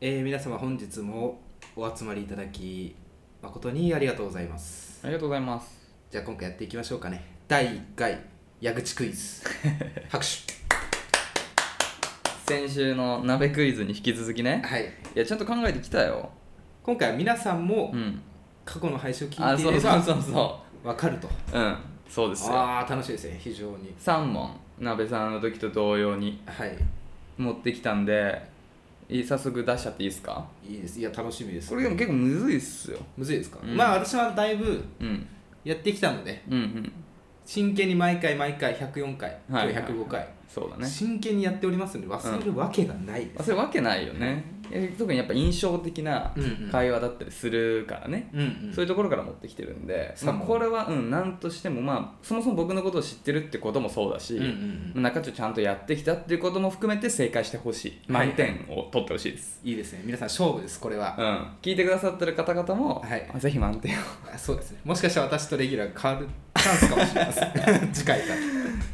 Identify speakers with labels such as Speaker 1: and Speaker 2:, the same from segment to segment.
Speaker 1: えー皆様本日もお集まりいただき誠にありがとうございます
Speaker 2: ありがとうございます。
Speaker 1: じゃあ今回やっていきましょうかね第1回矢口クイ ズ拍
Speaker 2: 先週の鍋クイズに引き続き
Speaker 1: 手
Speaker 2: ね。
Speaker 1: はい
Speaker 2: いや、ちゃんと考えてきたよ。
Speaker 1: 今回は皆さんも
Speaker 2: うん。
Speaker 1: 過去の配信を聞
Speaker 2: あ、
Speaker 1: いてい
Speaker 2: そう
Speaker 1: れ
Speaker 2: そう
Speaker 1: ば
Speaker 2: そうそ
Speaker 1: 分かると
Speaker 2: う。うん。そうですよ。
Speaker 1: ああ楽しいですね非常に
Speaker 2: 3問、鍋さんの時と同様に
Speaker 1: はい
Speaker 2: 持ってきたんで、い早速出しちゃっていいですか
Speaker 1: いいですいや楽しみです
Speaker 2: これでも結構むずいっすよ。
Speaker 1: むずいですか、
Speaker 2: うん
Speaker 1: まあ私はだいぶ
Speaker 2: うん。
Speaker 1: やってきたので
Speaker 2: うんうん。
Speaker 1: 真剣に毎回毎回104回今
Speaker 2: は
Speaker 1: 日
Speaker 2: いはい
Speaker 1: 105回、
Speaker 2: そうだね。
Speaker 1: 真剣にやっておりますので忘れるわけがないです、
Speaker 2: それわけないよね。え特にやっぱ印象的な
Speaker 1: うんうん
Speaker 2: 会話だったりするからね。
Speaker 1: うんうん
Speaker 2: そういうところから持ってきてるんで、まあ
Speaker 1: 三問
Speaker 2: これは、うん、なんとしても、まあ、そもそも僕のことを知ってるってこともそうだし、
Speaker 1: うんうんうん
Speaker 2: 中中ちゃんとやってきたっていうことも含めて正解してほしい
Speaker 1: はい
Speaker 2: 満点を取ってほしいです、
Speaker 1: いいですね皆さん勝負ですこれは、
Speaker 2: うん、聞いてくださってる方々も、
Speaker 1: はい
Speaker 2: ぜひ満点を
Speaker 1: そうですねもしかしたら私とレギュラーが変わるチャンスかもしれません 次回から
Speaker 2: っ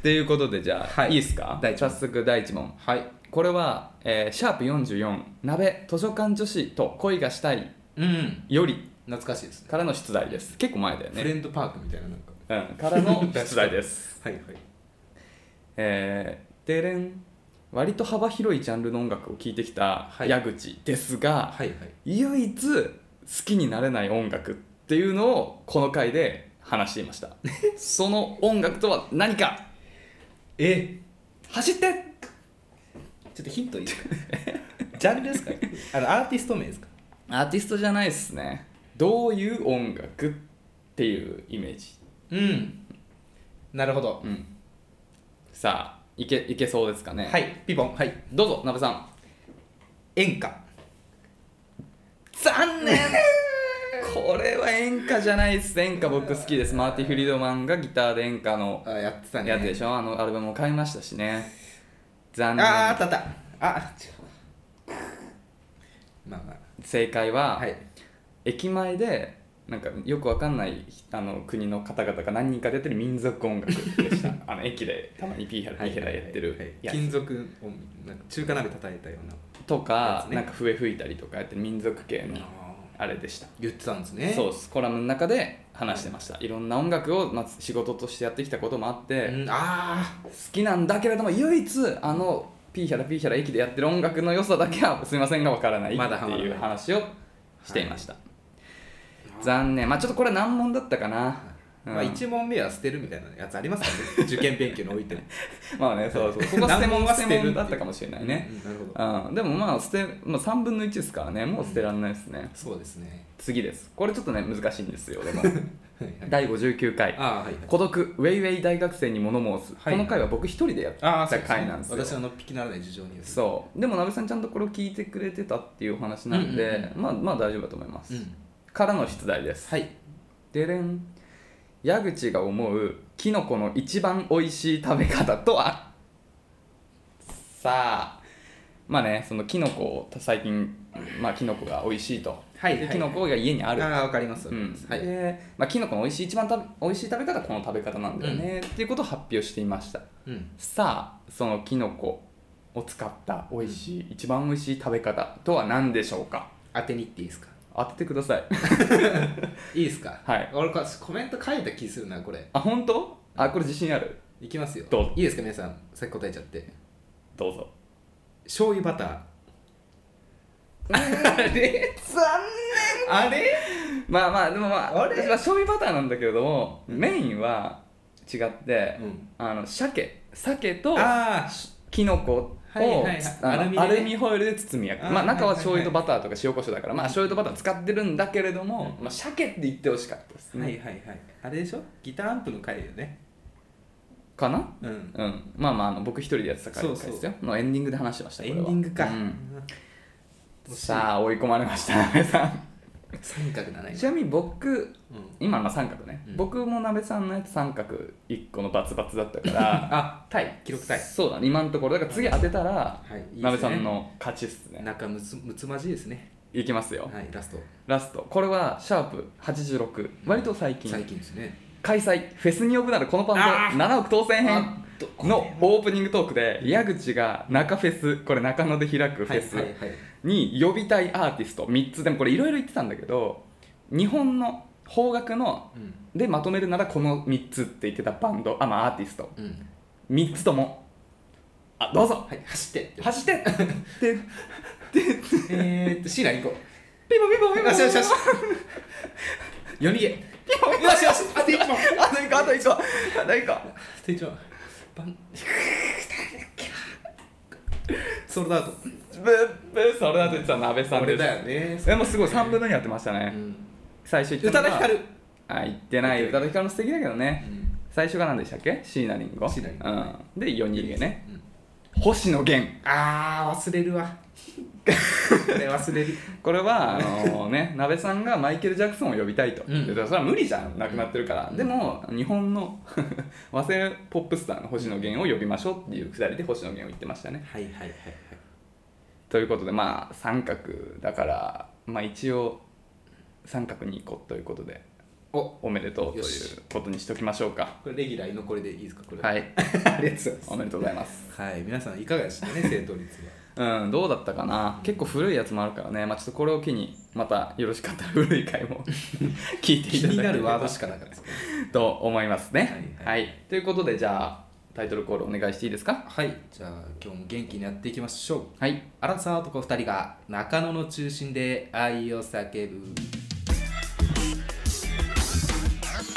Speaker 2: ていうことでじゃあ、
Speaker 1: はい
Speaker 2: い、いですか
Speaker 1: 第一問
Speaker 2: 早速第一問
Speaker 1: はい
Speaker 2: これは、えーシャープ44鍋図書館女子と恋がしたい
Speaker 1: うん
Speaker 2: より
Speaker 1: 懐かしいですね
Speaker 2: からの出題です結構前だよ
Speaker 1: フレ
Speaker 2: ね、
Speaker 1: ンドパークみたいななんか
Speaker 2: うん、か らの出題です
Speaker 1: はいはい
Speaker 2: えー、でれん割と幅広いジャンルの音楽を聴いてきた
Speaker 1: はい
Speaker 2: 矢口ですが、
Speaker 1: はいはい
Speaker 2: 唯一好きになれない音楽っていうのをこの回で話していましたその音楽とは何か
Speaker 1: え
Speaker 2: 走って
Speaker 1: ちょっとヒントいいですか ジャンルですかあのアーティスト名ですか
Speaker 2: アーティストじゃないっすねどういう音楽っていうイメージ、
Speaker 1: うんなるほど、
Speaker 2: うん、さあいけいけそうですかね、
Speaker 1: は、いピボンはい
Speaker 2: どうぞなべさん
Speaker 1: 演歌
Speaker 2: 残念 これは演歌じゃないっす演歌僕好きですマーティ・フリードマンがギターで演歌の
Speaker 1: あやってたね
Speaker 2: やつでしょあのアルバムも買いましたしね残念
Speaker 1: ああーあったあったあ違うまあまあ
Speaker 2: 正解は、
Speaker 1: はい
Speaker 2: 駅前でなんかよくわかんないあの国の方々が何人か出てる民族音楽でした あの駅でたまにピーハラピーハラやって
Speaker 1: はいはい
Speaker 2: るやつ
Speaker 1: 金属をなんか中華鍋叩いたような
Speaker 2: と
Speaker 1: や
Speaker 2: か
Speaker 1: つ、ね
Speaker 2: なんか笛吹いたりとかやってる民族系のあれでした
Speaker 1: 言ってたんですね
Speaker 2: そうですコラムの中で話してました、い、ろんな音楽を、まあ、仕事としてやってきたこともあって、
Speaker 1: うんあ
Speaker 2: 好きなんだけれども唯一あのピーヒャラピーヒャラ駅でやってる音楽の良さだけはすみませんがわからない
Speaker 1: まだ
Speaker 2: って
Speaker 1: ハマらない
Speaker 2: いう話をしていました、残念まあちょっとこれ難問だったかな、
Speaker 1: あ、
Speaker 2: うん
Speaker 1: まあ、1問目は捨てるみたいなやつありますからね 受験勉強においての
Speaker 2: まあねそうそうここは捨て
Speaker 1: 難問
Speaker 2: 物
Speaker 1: は
Speaker 2: は
Speaker 1: 捨て
Speaker 2: 捨て
Speaker 1: るっていう
Speaker 2: 物だったかもしれないね、
Speaker 1: うんなるほど
Speaker 2: うん、でもまあ捨て、まあ、3分の1ですからねもう捨てられないですね、
Speaker 1: そうですね
Speaker 2: 次ですこれちょっとね難しいんですよ でも
Speaker 1: はいはい
Speaker 2: 第59回
Speaker 1: ああはいはい
Speaker 2: 孤独ウェイウェイ大学生に物申す、
Speaker 1: はい
Speaker 2: この回は僕一人でやっ
Speaker 1: ああ
Speaker 2: た回なんですよ
Speaker 1: 私はのっぴきならない事情にう
Speaker 2: そうでもなべさんちゃんとこれを聞いてくれてたっていうお話なんで、
Speaker 1: うんうん
Speaker 2: まあまあ大丈夫だと思います、
Speaker 1: ん
Speaker 2: からの出題です
Speaker 1: はい
Speaker 2: でれん矢口が思うキノコの一番美味しい食べ方とはさあまあねそのキノコを最近まあキノコが美味しいと、
Speaker 1: はい
Speaker 2: でキノコが家にある
Speaker 1: ああわかります、
Speaker 2: うん
Speaker 1: はい
Speaker 2: でまあ、キノコの美味しい一番食べ美味しい食べ方はこの食べ方なんだよね、っていうことを発表していました
Speaker 1: うん
Speaker 2: さあそのキノコを使った美味しい、一番美味しい食べ方とは何でしょうか
Speaker 1: 当てにいっていいですか
Speaker 2: 当ててください
Speaker 1: いいですか
Speaker 2: はい
Speaker 1: 俺これコメント書いた気するなこれ
Speaker 2: あ本当あこれ自信ある
Speaker 1: いきますよ
Speaker 2: どうぞ
Speaker 1: いいですか皆さんさっき答えちゃって
Speaker 2: どうぞ
Speaker 1: 醤油バター
Speaker 2: あ れ
Speaker 1: あれ
Speaker 2: まあまあでもまあ
Speaker 1: あれ
Speaker 2: 私は醤油バターなんだけれどもメインは違って、
Speaker 1: うん
Speaker 2: あの鮭鮭と
Speaker 1: ああ
Speaker 2: キノコを、
Speaker 1: はいはいはい
Speaker 2: あの
Speaker 1: ア
Speaker 2: ア
Speaker 1: ル
Speaker 2: ル
Speaker 1: ミ
Speaker 2: ミ
Speaker 1: でね
Speaker 2: ホイルで包み焼く
Speaker 1: あー
Speaker 2: まあ、中は
Speaker 1: はいはい
Speaker 2: 醤
Speaker 1: はい
Speaker 2: 油とバターとか塩コショウだから、まあ、醤油とバター使ってるんだけれども、まあ、鮭って言ってほしかったですね、
Speaker 1: はいはいはいあれでしょギターアンプの回だよね
Speaker 2: かな
Speaker 1: うん
Speaker 2: うん、まあまああの僕一人でやってた回ですよ
Speaker 1: そうそ
Speaker 2: のエンディングで話してました
Speaker 1: エ
Speaker 2: こ
Speaker 1: ン
Speaker 2: れ
Speaker 1: デ
Speaker 2: は
Speaker 1: ィングか、
Speaker 2: うん
Speaker 1: 惜しい
Speaker 2: さあ追い込まれましたなべさん
Speaker 1: 三角だね
Speaker 2: ちなみに僕
Speaker 1: うん
Speaker 2: 今のは三角ね、
Speaker 1: うん
Speaker 2: 僕もなべさんのやつ三角1個のバツバツだったから
Speaker 1: あ タイ記録タイ
Speaker 2: そうだね今のところだから次当てたら、
Speaker 1: いいいですね
Speaker 2: なべさんの勝ちっすね
Speaker 1: 仲むつむつまじいですね
Speaker 2: いきますよ、
Speaker 1: はいラスト
Speaker 2: ラストこれはシャープ86割と最近
Speaker 1: 最近ですね
Speaker 2: 開催フェスに呼ぶならこのバンド
Speaker 1: あー
Speaker 2: 7億当選編
Speaker 1: あ
Speaker 2: のオープニングトークで矢口が中フェスこれ中野で開くフ
Speaker 1: はいは
Speaker 2: ェ
Speaker 1: い
Speaker 2: ス
Speaker 1: はい
Speaker 2: に呼びたいアーティスト3つでもこれいろいろ言ってたんだけど日本の邦楽の
Speaker 1: うん
Speaker 2: でまとめるならこの3つって言ってたバンドあまあアーティスト
Speaker 1: うん
Speaker 2: 3つともあどうぞ
Speaker 1: はい走って
Speaker 2: 走ってでで
Speaker 1: えーっとシーラン行こう
Speaker 2: ピボピボピボ
Speaker 1: よしよしよしよりえよしよしあと1問
Speaker 2: あと一個あと一個あと一個
Speaker 1: あと1問バン ソールドアウ
Speaker 2: ブーブーそれだと言ってた鍋
Speaker 1: ト
Speaker 2: さん
Speaker 1: 俺
Speaker 2: です
Speaker 1: だよね
Speaker 2: えもうすごい3分の2やってましたね、
Speaker 1: うん
Speaker 2: 最初
Speaker 1: 宇多田ヒカル
Speaker 2: あ言ってない宇多田ヒカルも素敵だけどね、
Speaker 1: うん
Speaker 2: 最初が何でしたっけ椎名林檎
Speaker 1: 椎名林
Speaker 2: うん、で4人でね
Speaker 1: うん
Speaker 2: 星野源
Speaker 1: あー忘れるわこれ忘れる
Speaker 2: これはあのね 鍋さんがマイケル・ジャクソンを呼びたいと、
Speaker 1: うん
Speaker 2: でそれは無理じゃんなくなってるから、
Speaker 1: うん
Speaker 2: でも日本の 和製ポップスターの星野源を呼びましょうっていうくだりで星野源を言ってましたね
Speaker 1: はいはいはいはい
Speaker 2: ということでまあ三角だからまあ一応三角に行こうということで
Speaker 1: お
Speaker 2: おめでとうとい
Speaker 1: よ
Speaker 2: う
Speaker 1: し
Speaker 2: ことにしときましょうか
Speaker 1: これレギュラー居残りでいいですかこれ
Speaker 2: はいい
Speaker 1: ありがとうございます
Speaker 2: おめでとうございます
Speaker 1: はい、皆さんいかがで したかね、正答率は。
Speaker 2: うんどうだったかな結構古いやつもあるからねまあちょっとこれを機にまたよろしかったら古い回も 聞いてい
Speaker 1: 気
Speaker 2: ただ
Speaker 1: に
Speaker 2: ければ
Speaker 1: なるワードしかなかったですけど。
Speaker 2: と思いますね。
Speaker 1: は
Speaker 2: はいい、ということでじゃあタイトルコールお願いしていいですか
Speaker 1: はい、じゃあ今日も元気にやっていきましょう。
Speaker 2: はい
Speaker 1: アラサー男2人が中野の中心で愛を叫ぶ。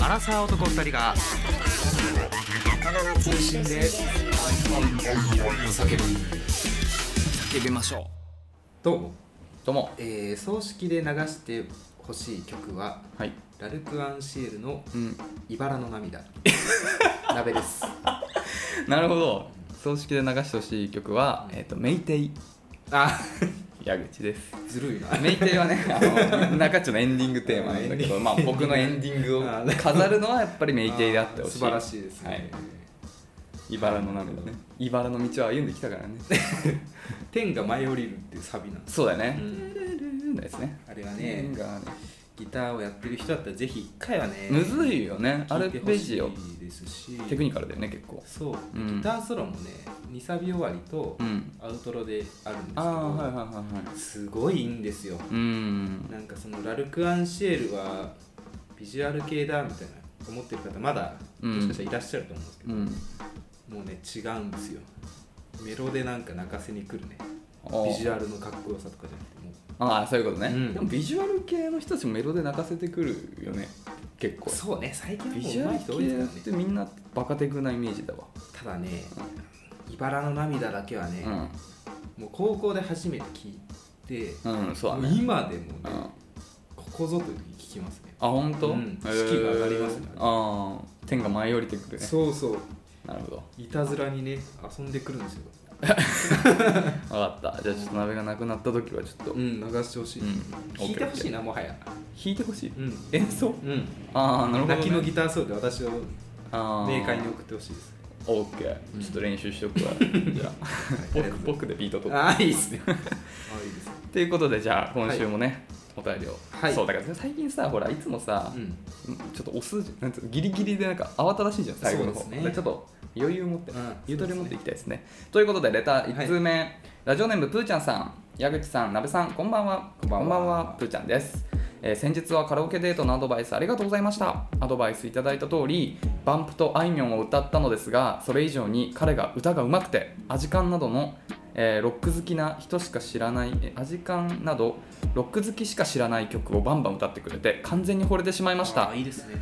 Speaker 1: アラサー男2人が中野の中心で愛を叫ぶ。
Speaker 2: 叫びましょ
Speaker 1: どうも、
Speaker 2: うどうも
Speaker 1: えー、葬式で流してほしい曲は、
Speaker 2: はい、
Speaker 1: ラルク・アンシエルの
Speaker 2: うん、
Speaker 1: 茨の 涙。鍋です。
Speaker 2: なるほど葬式で流してほしい曲は「えー、とメイテイ
Speaker 1: あ、」
Speaker 2: 矢口です
Speaker 1: ずるいな。
Speaker 2: メイテイは ねあの中町のエンディングテーマなんだけど、まあ、僕のエンディングを飾るのはやっぱりメイテイであってほしい
Speaker 1: 素晴らしいですね、
Speaker 2: はい茨の涙ね茨の道を歩んできたからね
Speaker 1: 天が舞い降りるっていうサビなんです、
Speaker 2: そうだよね、
Speaker 1: ん
Speaker 2: ですね
Speaker 1: あれはね
Speaker 2: がね
Speaker 1: ギターをやってる人だったらぜひ一回はね
Speaker 2: むずいよねア
Speaker 1: 聴
Speaker 2: ル
Speaker 1: いて
Speaker 2: ペ
Speaker 1: ほし
Speaker 2: ジオ
Speaker 1: いですし
Speaker 2: テクニカルだよね結構
Speaker 1: そう、
Speaker 2: うん
Speaker 1: ギターソロもね2サビ終わりと
Speaker 2: うん
Speaker 1: アウトロであるんですけど、
Speaker 2: ああはいはいはいはい
Speaker 1: すごいいいんですよ
Speaker 2: うーん
Speaker 1: なんかそのラルク・アンシエルはビジュアル系だみたいな思ってる方まだ
Speaker 2: うん
Speaker 1: もしかしたらいらっしゃると思うんですけ
Speaker 2: う
Speaker 1: ど、
Speaker 2: ん
Speaker 1: もうね違うんですよメロでなんか泣かせに来るね
Speaker 2: あ
Speaker 1: ビジュ
Speaker 2: アル
Speaker 1: アルのかっこよさとかじゃなくてもう
Speaker 2: ああそういうことね、
Speaker 1: うん
Speaker 2: でもビジュアル系の人たちもメロで泣かせてくるよね結構
Speaker 1: そうね最近は
Speaker 2: ビ
Speaker 1: もう
Speaker 2: ジュ
Speaker 1: 上
Speaker 2: ア
Speaker 1: 手い人多いで
Speaker 2: ル系っ
Speaker 1: すか
Speaker 2: て
Speaker 1: らね
Speaker 2: みんなバカテクなイメージだわ
Speaker 1: ただね茨の涙だけはね、もう高校で初めて聞いて、
Speaker 2: うん、うん、そうだ
Speaker 1: もう
Speaker 2: ね
Speaker 1: 今でもね、
Speaker 2: うんあ
Speaker 1: ここぞという時聞きますね
Speaker 2: 本当、
Speaker 1: うん
Speaker 2: へー
Speaker 1: 士気が上がりますね
Speaker 2: ああ天が舞い降りてくるね
Speaker 1: そうそう
Speaker 2: なるほど
Speaker 1: いたずらにね遊んでくるんですよ
Speaker 2: 分かったじゃあちょっと鍋がなくなった時はちょっと、
Speaker 1: うん流してほしい、
Speaker 2: うん
Speaker 1: 弾いてほしいなもはや
Speaker 2: 弾いてほしい、
Speaker 1: うん、
Speaker 2: 演奏
Speaker 1: うん
Speaker 2: ああなるほど、ね、
Speaker 1: 泣きのギターソロで私を
Speaker 2: あー
Speaker 1: 明快に送ってほしいです
Speaker 2: オッケーちょっと練習しとくわ、じゃあポクポクでビート取って
Speaker 1: ああいいですね ああいいですね
Speaker 2: ということでじゃあ今週もね、お便りを、
Speaker 1: はい
Speaker 2: そうだから最近さほらいつもさ、
Speaker 1: うん
Speaker 2: ちょっとお数字なんつうのギリギリでなんか慌ただしいじゃん最後の
Speaker 1: そ
Speaker 2: 方
Speaker 1: うですね
Speaker 2: だからちょっと余裕持って、
Speaker 1: うん
Speaker 2: ゆとり持っていきたいですねということでレター1通目、ラジオネームプーちゃんさん矢口さんなべさんこんばんは
Speaker 1: こんばんは
Speaker 2: プーちゃんです、えー先日はカラオケデートのアドバイスありがとうございましたアドバイスいただいた通りバンプとあいみょんを歌ったのですがそれ以上に彼が歌がうまくてアジカンなどの、えーロック好きな人しか知らないえーアジカンなどロック好きしか知らない曲をバンバン歌ってくれて完全に惚れてしまいました
Speaker 1: あーいいですね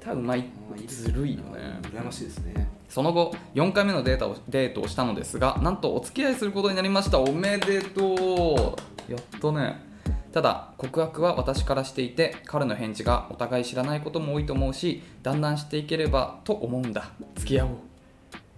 Speaker 2: 歌うまい
Speaker 1: あーいいです
Speaker 2: ずるいよ
Speaker 1: あ
Speaker 2: ね
Speaker 1: ー羨ましいですね
Speaker 2: その後4回目のデータをデートをしたのですがなんとお付き合いすることになりましたおめでとうやっとねただ告白は私からしていて彼の返事がお互い知らないことも多いと思うしだんだんしていければと思うんだ付き合おう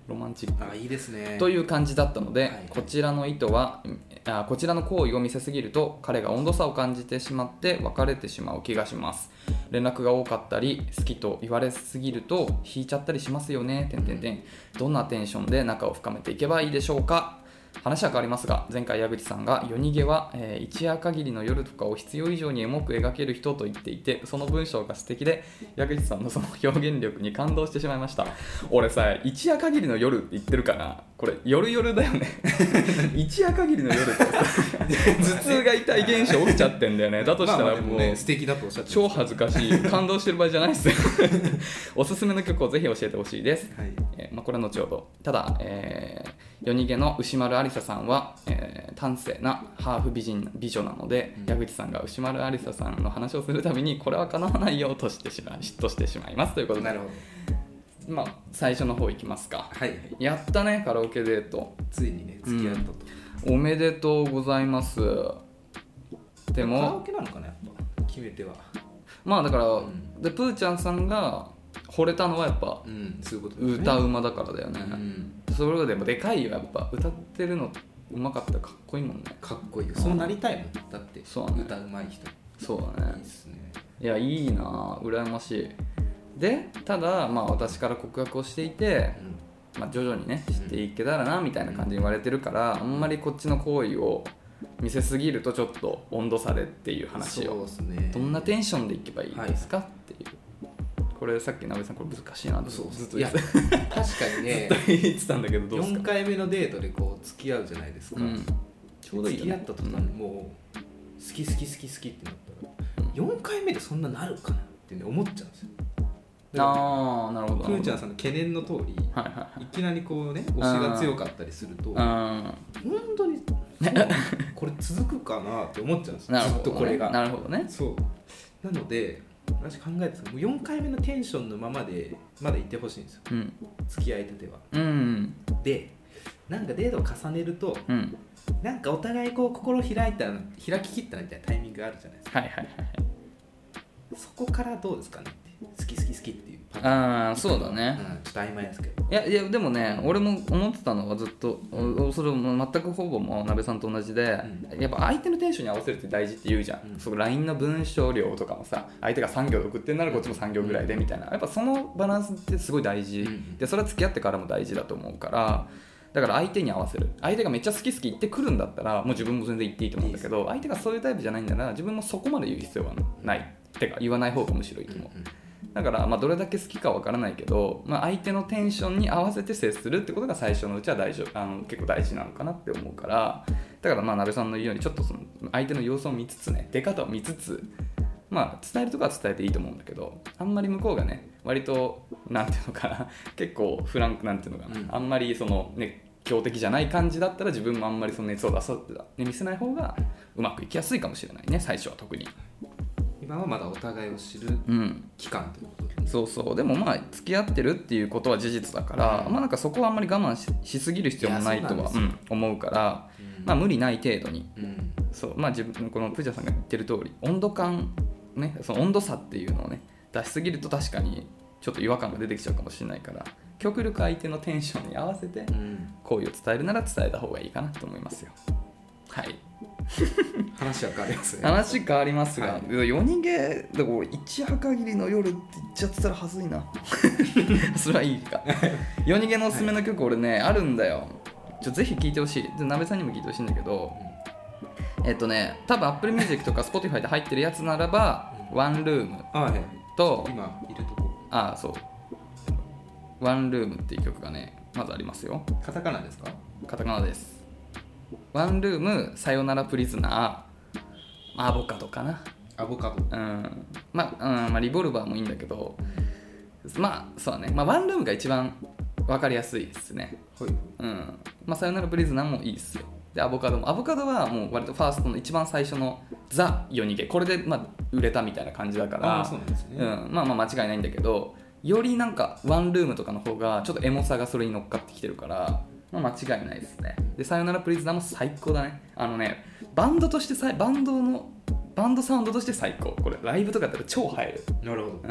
Speaker 2: ロマンチック
Speaker 1: あーいいですね
Speaker 2: という感じだったので、
Speaker 1: はい
Speaker 2: こちらの意図はあこちらの行為を見せすぎると彼が温度差を感じてしまって別れてしまう気がします連絡が多かったり好きと言われすぎると引いちゃったりしますよねてんてんてんどんなテンションで仲を深めていけばいいでしょうか話は変わりますが前回矢口さんが「夜逃げは、えー一夜限りの夜とかを必要以上にエモく描ける人」と言っていてその文章が素敵で矢口さんのその表現力に感動してしまいました俺さ「一夜限りの夜」って言ってるかなこれ「夜夜」だよね 一夜限りの夜ってさ頭痛が痛い現象起きちゃってんだよねだとした
Speaker 1: まあまあ
Speaker 2: ら
Speaker 1: で
Speaker 2: も
Speaker 1: も
Speaker 2: う
Speaker 1: ね素敵だとおっしゃって
Speaker 2: 超恥ずかしい感動してる場合じゃないです よおすすめの曲をぜひ教えてほしいです
Speaker 1: はい
Speaker 2: えーまあ、これは後ほどただ、えー、夜逃げの牛丸ありささんは、えー端正なハーフ美人美女なので、
Speaker 1: うん
Speaker 2: 矢口さんが牛丸ありささんの話をするたびにこれは叶わないよとしてしまい嫉妬してしまいますということで
Speaker 1: なるほど
Speaker 2: まあ、最初の方いきますか
Speaker 1: はいはい
Speaker 2: やったねカラオケデート
Speaker 1: ついにね付き合ったと、
Speaker 2: おめでとうございますで
Speaker 1: カラオ
Speaker 2: も
Speaker 1: ケなのかなやっぱ決め手は
Speaker 2: まあだから、
Speaker 1: うん
Speaker 2: でプーちゃんさんが惚れたのはやっぱ
Speaker 1: うんそういうことだね
Speaker 2: 歌うまだからだよね、
Speaker 1: うん
Speaker 2: それでもでかいよやっぱ歌ってるのうまかったらかっこいいもんね
Speaker 1: かっこいいよそうなりたいもんだって
Speaker 2: そうだね
Speaker 1: 歌うまい人い
Speaker 2: そうだ
Speaker 1: い
Speaker 2: ね
Speaker 1: っすね
Speaker 2: いやいいなあ羨ましいでただまあ私から告白をしていて、まあ、徐々にね知っていけたらなみたいな感じに言われてるからあんまりこっちの行為を見せすぎるとちょっと温度差でっていう話
Speaker 1: そう
Speaker 2: を
Speaker 1: っすね
Speaker 2: どんなテンションでいけばいいですか、っていうこれさっき鍋さんこれ難しいなってず
Speaker 1: そう
Speaker 2: っと
Speaker 1: い
Speaker 2: 言
Speaker 1: や
Speaker 2: って
Speaker 1: 確かに ね
Speaker 2: 言ってたんだけどどうです
Speaker 1: 4
Speaker 2: か、
Speaker 1: 回目のデートでこう付き合うじゃないですか、
Speaker 2: うん、ちょうどいい
Speaker 1: 付
Speaker 2: よ
Speaker 1: き合った途端
Speaker 2: うん
Speaker 1: もう好き好き好き好きってなったら4回目でそんななるかなってね思っちゃうんですよだか
Speaker 2: ああなるほど
Speaker 1: らくーちゃんさんの懸念の通り
Speaker 2: はいはい
Speaker 1: いきなりこうね推しが強かったりすると本
Speaker 2: はいうん
Speaker 1: 当 にそうこれ続くかなって思っちゃうんですよ
Speaker 2: なる
Speaker 1: ず
Speaker 2: ほど、ね、
Speaker 1: っとこれが
Speaker 2: なるほどね
Speaker 1: そうなので私考えてたもう4回目のテンションのままでまだいてほしいんですよ
Speaker 2: うん
Speaker 1: 付き合いたては
Speaker 2: うん
Speaker 1: でなんかデートを重ねると
Speaker 2: うん
Speaker 1: なんかお互いこう心開いたな開ききったなみたいなタイミングがあるじゃないですか
Speaker 2: はいはいはい
Speaker 1: そこからどうですかねって好き好き好きっていうパターン、
Speaker 2: ああそうだね
Speaker 1: うん、ちょっと曖昧ですけど
Speaker 2: いやいやでもね俺も思ってたのはずっとおおそれも全くほぼもう鍋さんと同じで、やっぱ相手のテンションに合わせるって大事って言うじゃん、
Speaker 1: うん
Speaker 2: そこ LINE の文章量とかもさ相手が3行で送ってんならこっちも3行ぐらいでみたいなやっぱそのバランスってすごい大事、
Speaker 1: うん
Speaker 2: でそれは付き合ってからも大事だと思うからだから相手に合わせる相手がめっちゃ好き好き言ってくるんだったらもう自分も全然言っていいと思うんだけど相手がそういうタイプじゃないんなら自分もそこまで言う必要はないてか言わない方がむしろいいと思う、だから、まあ、どれだけ好きかわからないけど、まあ、相手のテンションに合わせて接するってことが最初のうちは大丈夫あの結構大事なのかなって思うからだからまあ鍋さんの言うようにちょっとその相手の様子を見つつね出方を見つつ、まあ、伝えるとこは伝えていいと思うんだけどあんまり向こうがね割となんていうのかな 結構フランクなんていうのかな、
Speaker 1: うん
Speaker 2: あんまりそのね強敵じゃない感じだったら自分もあんまりその熱を出さず、ね、見せない方がうまくいきやすいかもしれないね最初は特に。
Speaker 1: 今はまだお互いを知る
Speaker 2: うん
Speaker 1: 期間ということで
Speaker 2: そうそうでもまあ付き合ってるっていうことは事実だから、
Speaker 1: うん
Speaker 2: まあなんかそこはあんまり我慢ししすぎる必要もないと
Speaker 1: いや
Speaker 2: は
Speaker 1: そう
Speaker 2: うん思うから、
Speaker 1: うん
Speaker 2: まあ無理ない程度に
Speaker 1: うん
Speaker 2: そうまあ自分このプジャさんが言ってる通り温度感ねその温度差っていうのをね出しすぎると確かにちょっと違和感が出てきちゃうかもしれないから極力相手のテンションに合わせて
Speaker 1: うん
Speaker 2: 好意を伝えるなら伝えた方がいいかなと思いますよはい
Speaker 1: 話は変わりますね
Speaker 2: 話変わりますが、
Speaker 1: はい
Speaker 2: 夜逃げだから俺一夜限りの夜って言っちゃってたらはずいな それはいいか夜逃げのおすすめの曲俺ね、あるんだよちょぜひ聴いてほしいで鍋さんにも聴いてほしいんだけどえっとね多分 Apple Music とか Spotify で入ってるやつならば「ワンルーム
Speaker 1: ああね
Speaker 2: と
Speaker 1: 今いるとこ
Speaker 2: あそう「ワンルームっていう曲がねまずありますよ
Speaker 1: カタカナですか
Speaker 2: カタカナですワンルームさよならプリズナーアボカドかな
Speaker 1: アボカド
Speaker 2: うんまあ、うんまあ、リボルバーもいいんだけどまあそうだね、まあ、ワンルームが一番分かりやすいですね
Speaker 1: はい
Speaker 2: うんまあさよならブリズナーもいいっすよでアボカドもアボカドはもう割とファーストの一番最初のザ・夜逃げこれでまあ売れたみたいな感じだから
Speaker 1: ああそうなんですね
Speaker 2: うん、まあまあ間違いないんだけどよりなんかワンルームとかの方がちょっとエモさがそれに乗っかってきてるから、まあ、間違いないですねで「さよならプリズナー」も最高だねあのねバンドとしてさバンドのバンドサウンドとして最高これライブとかだったら超入る
Speaker 1: なるほど
Speaker 2: うん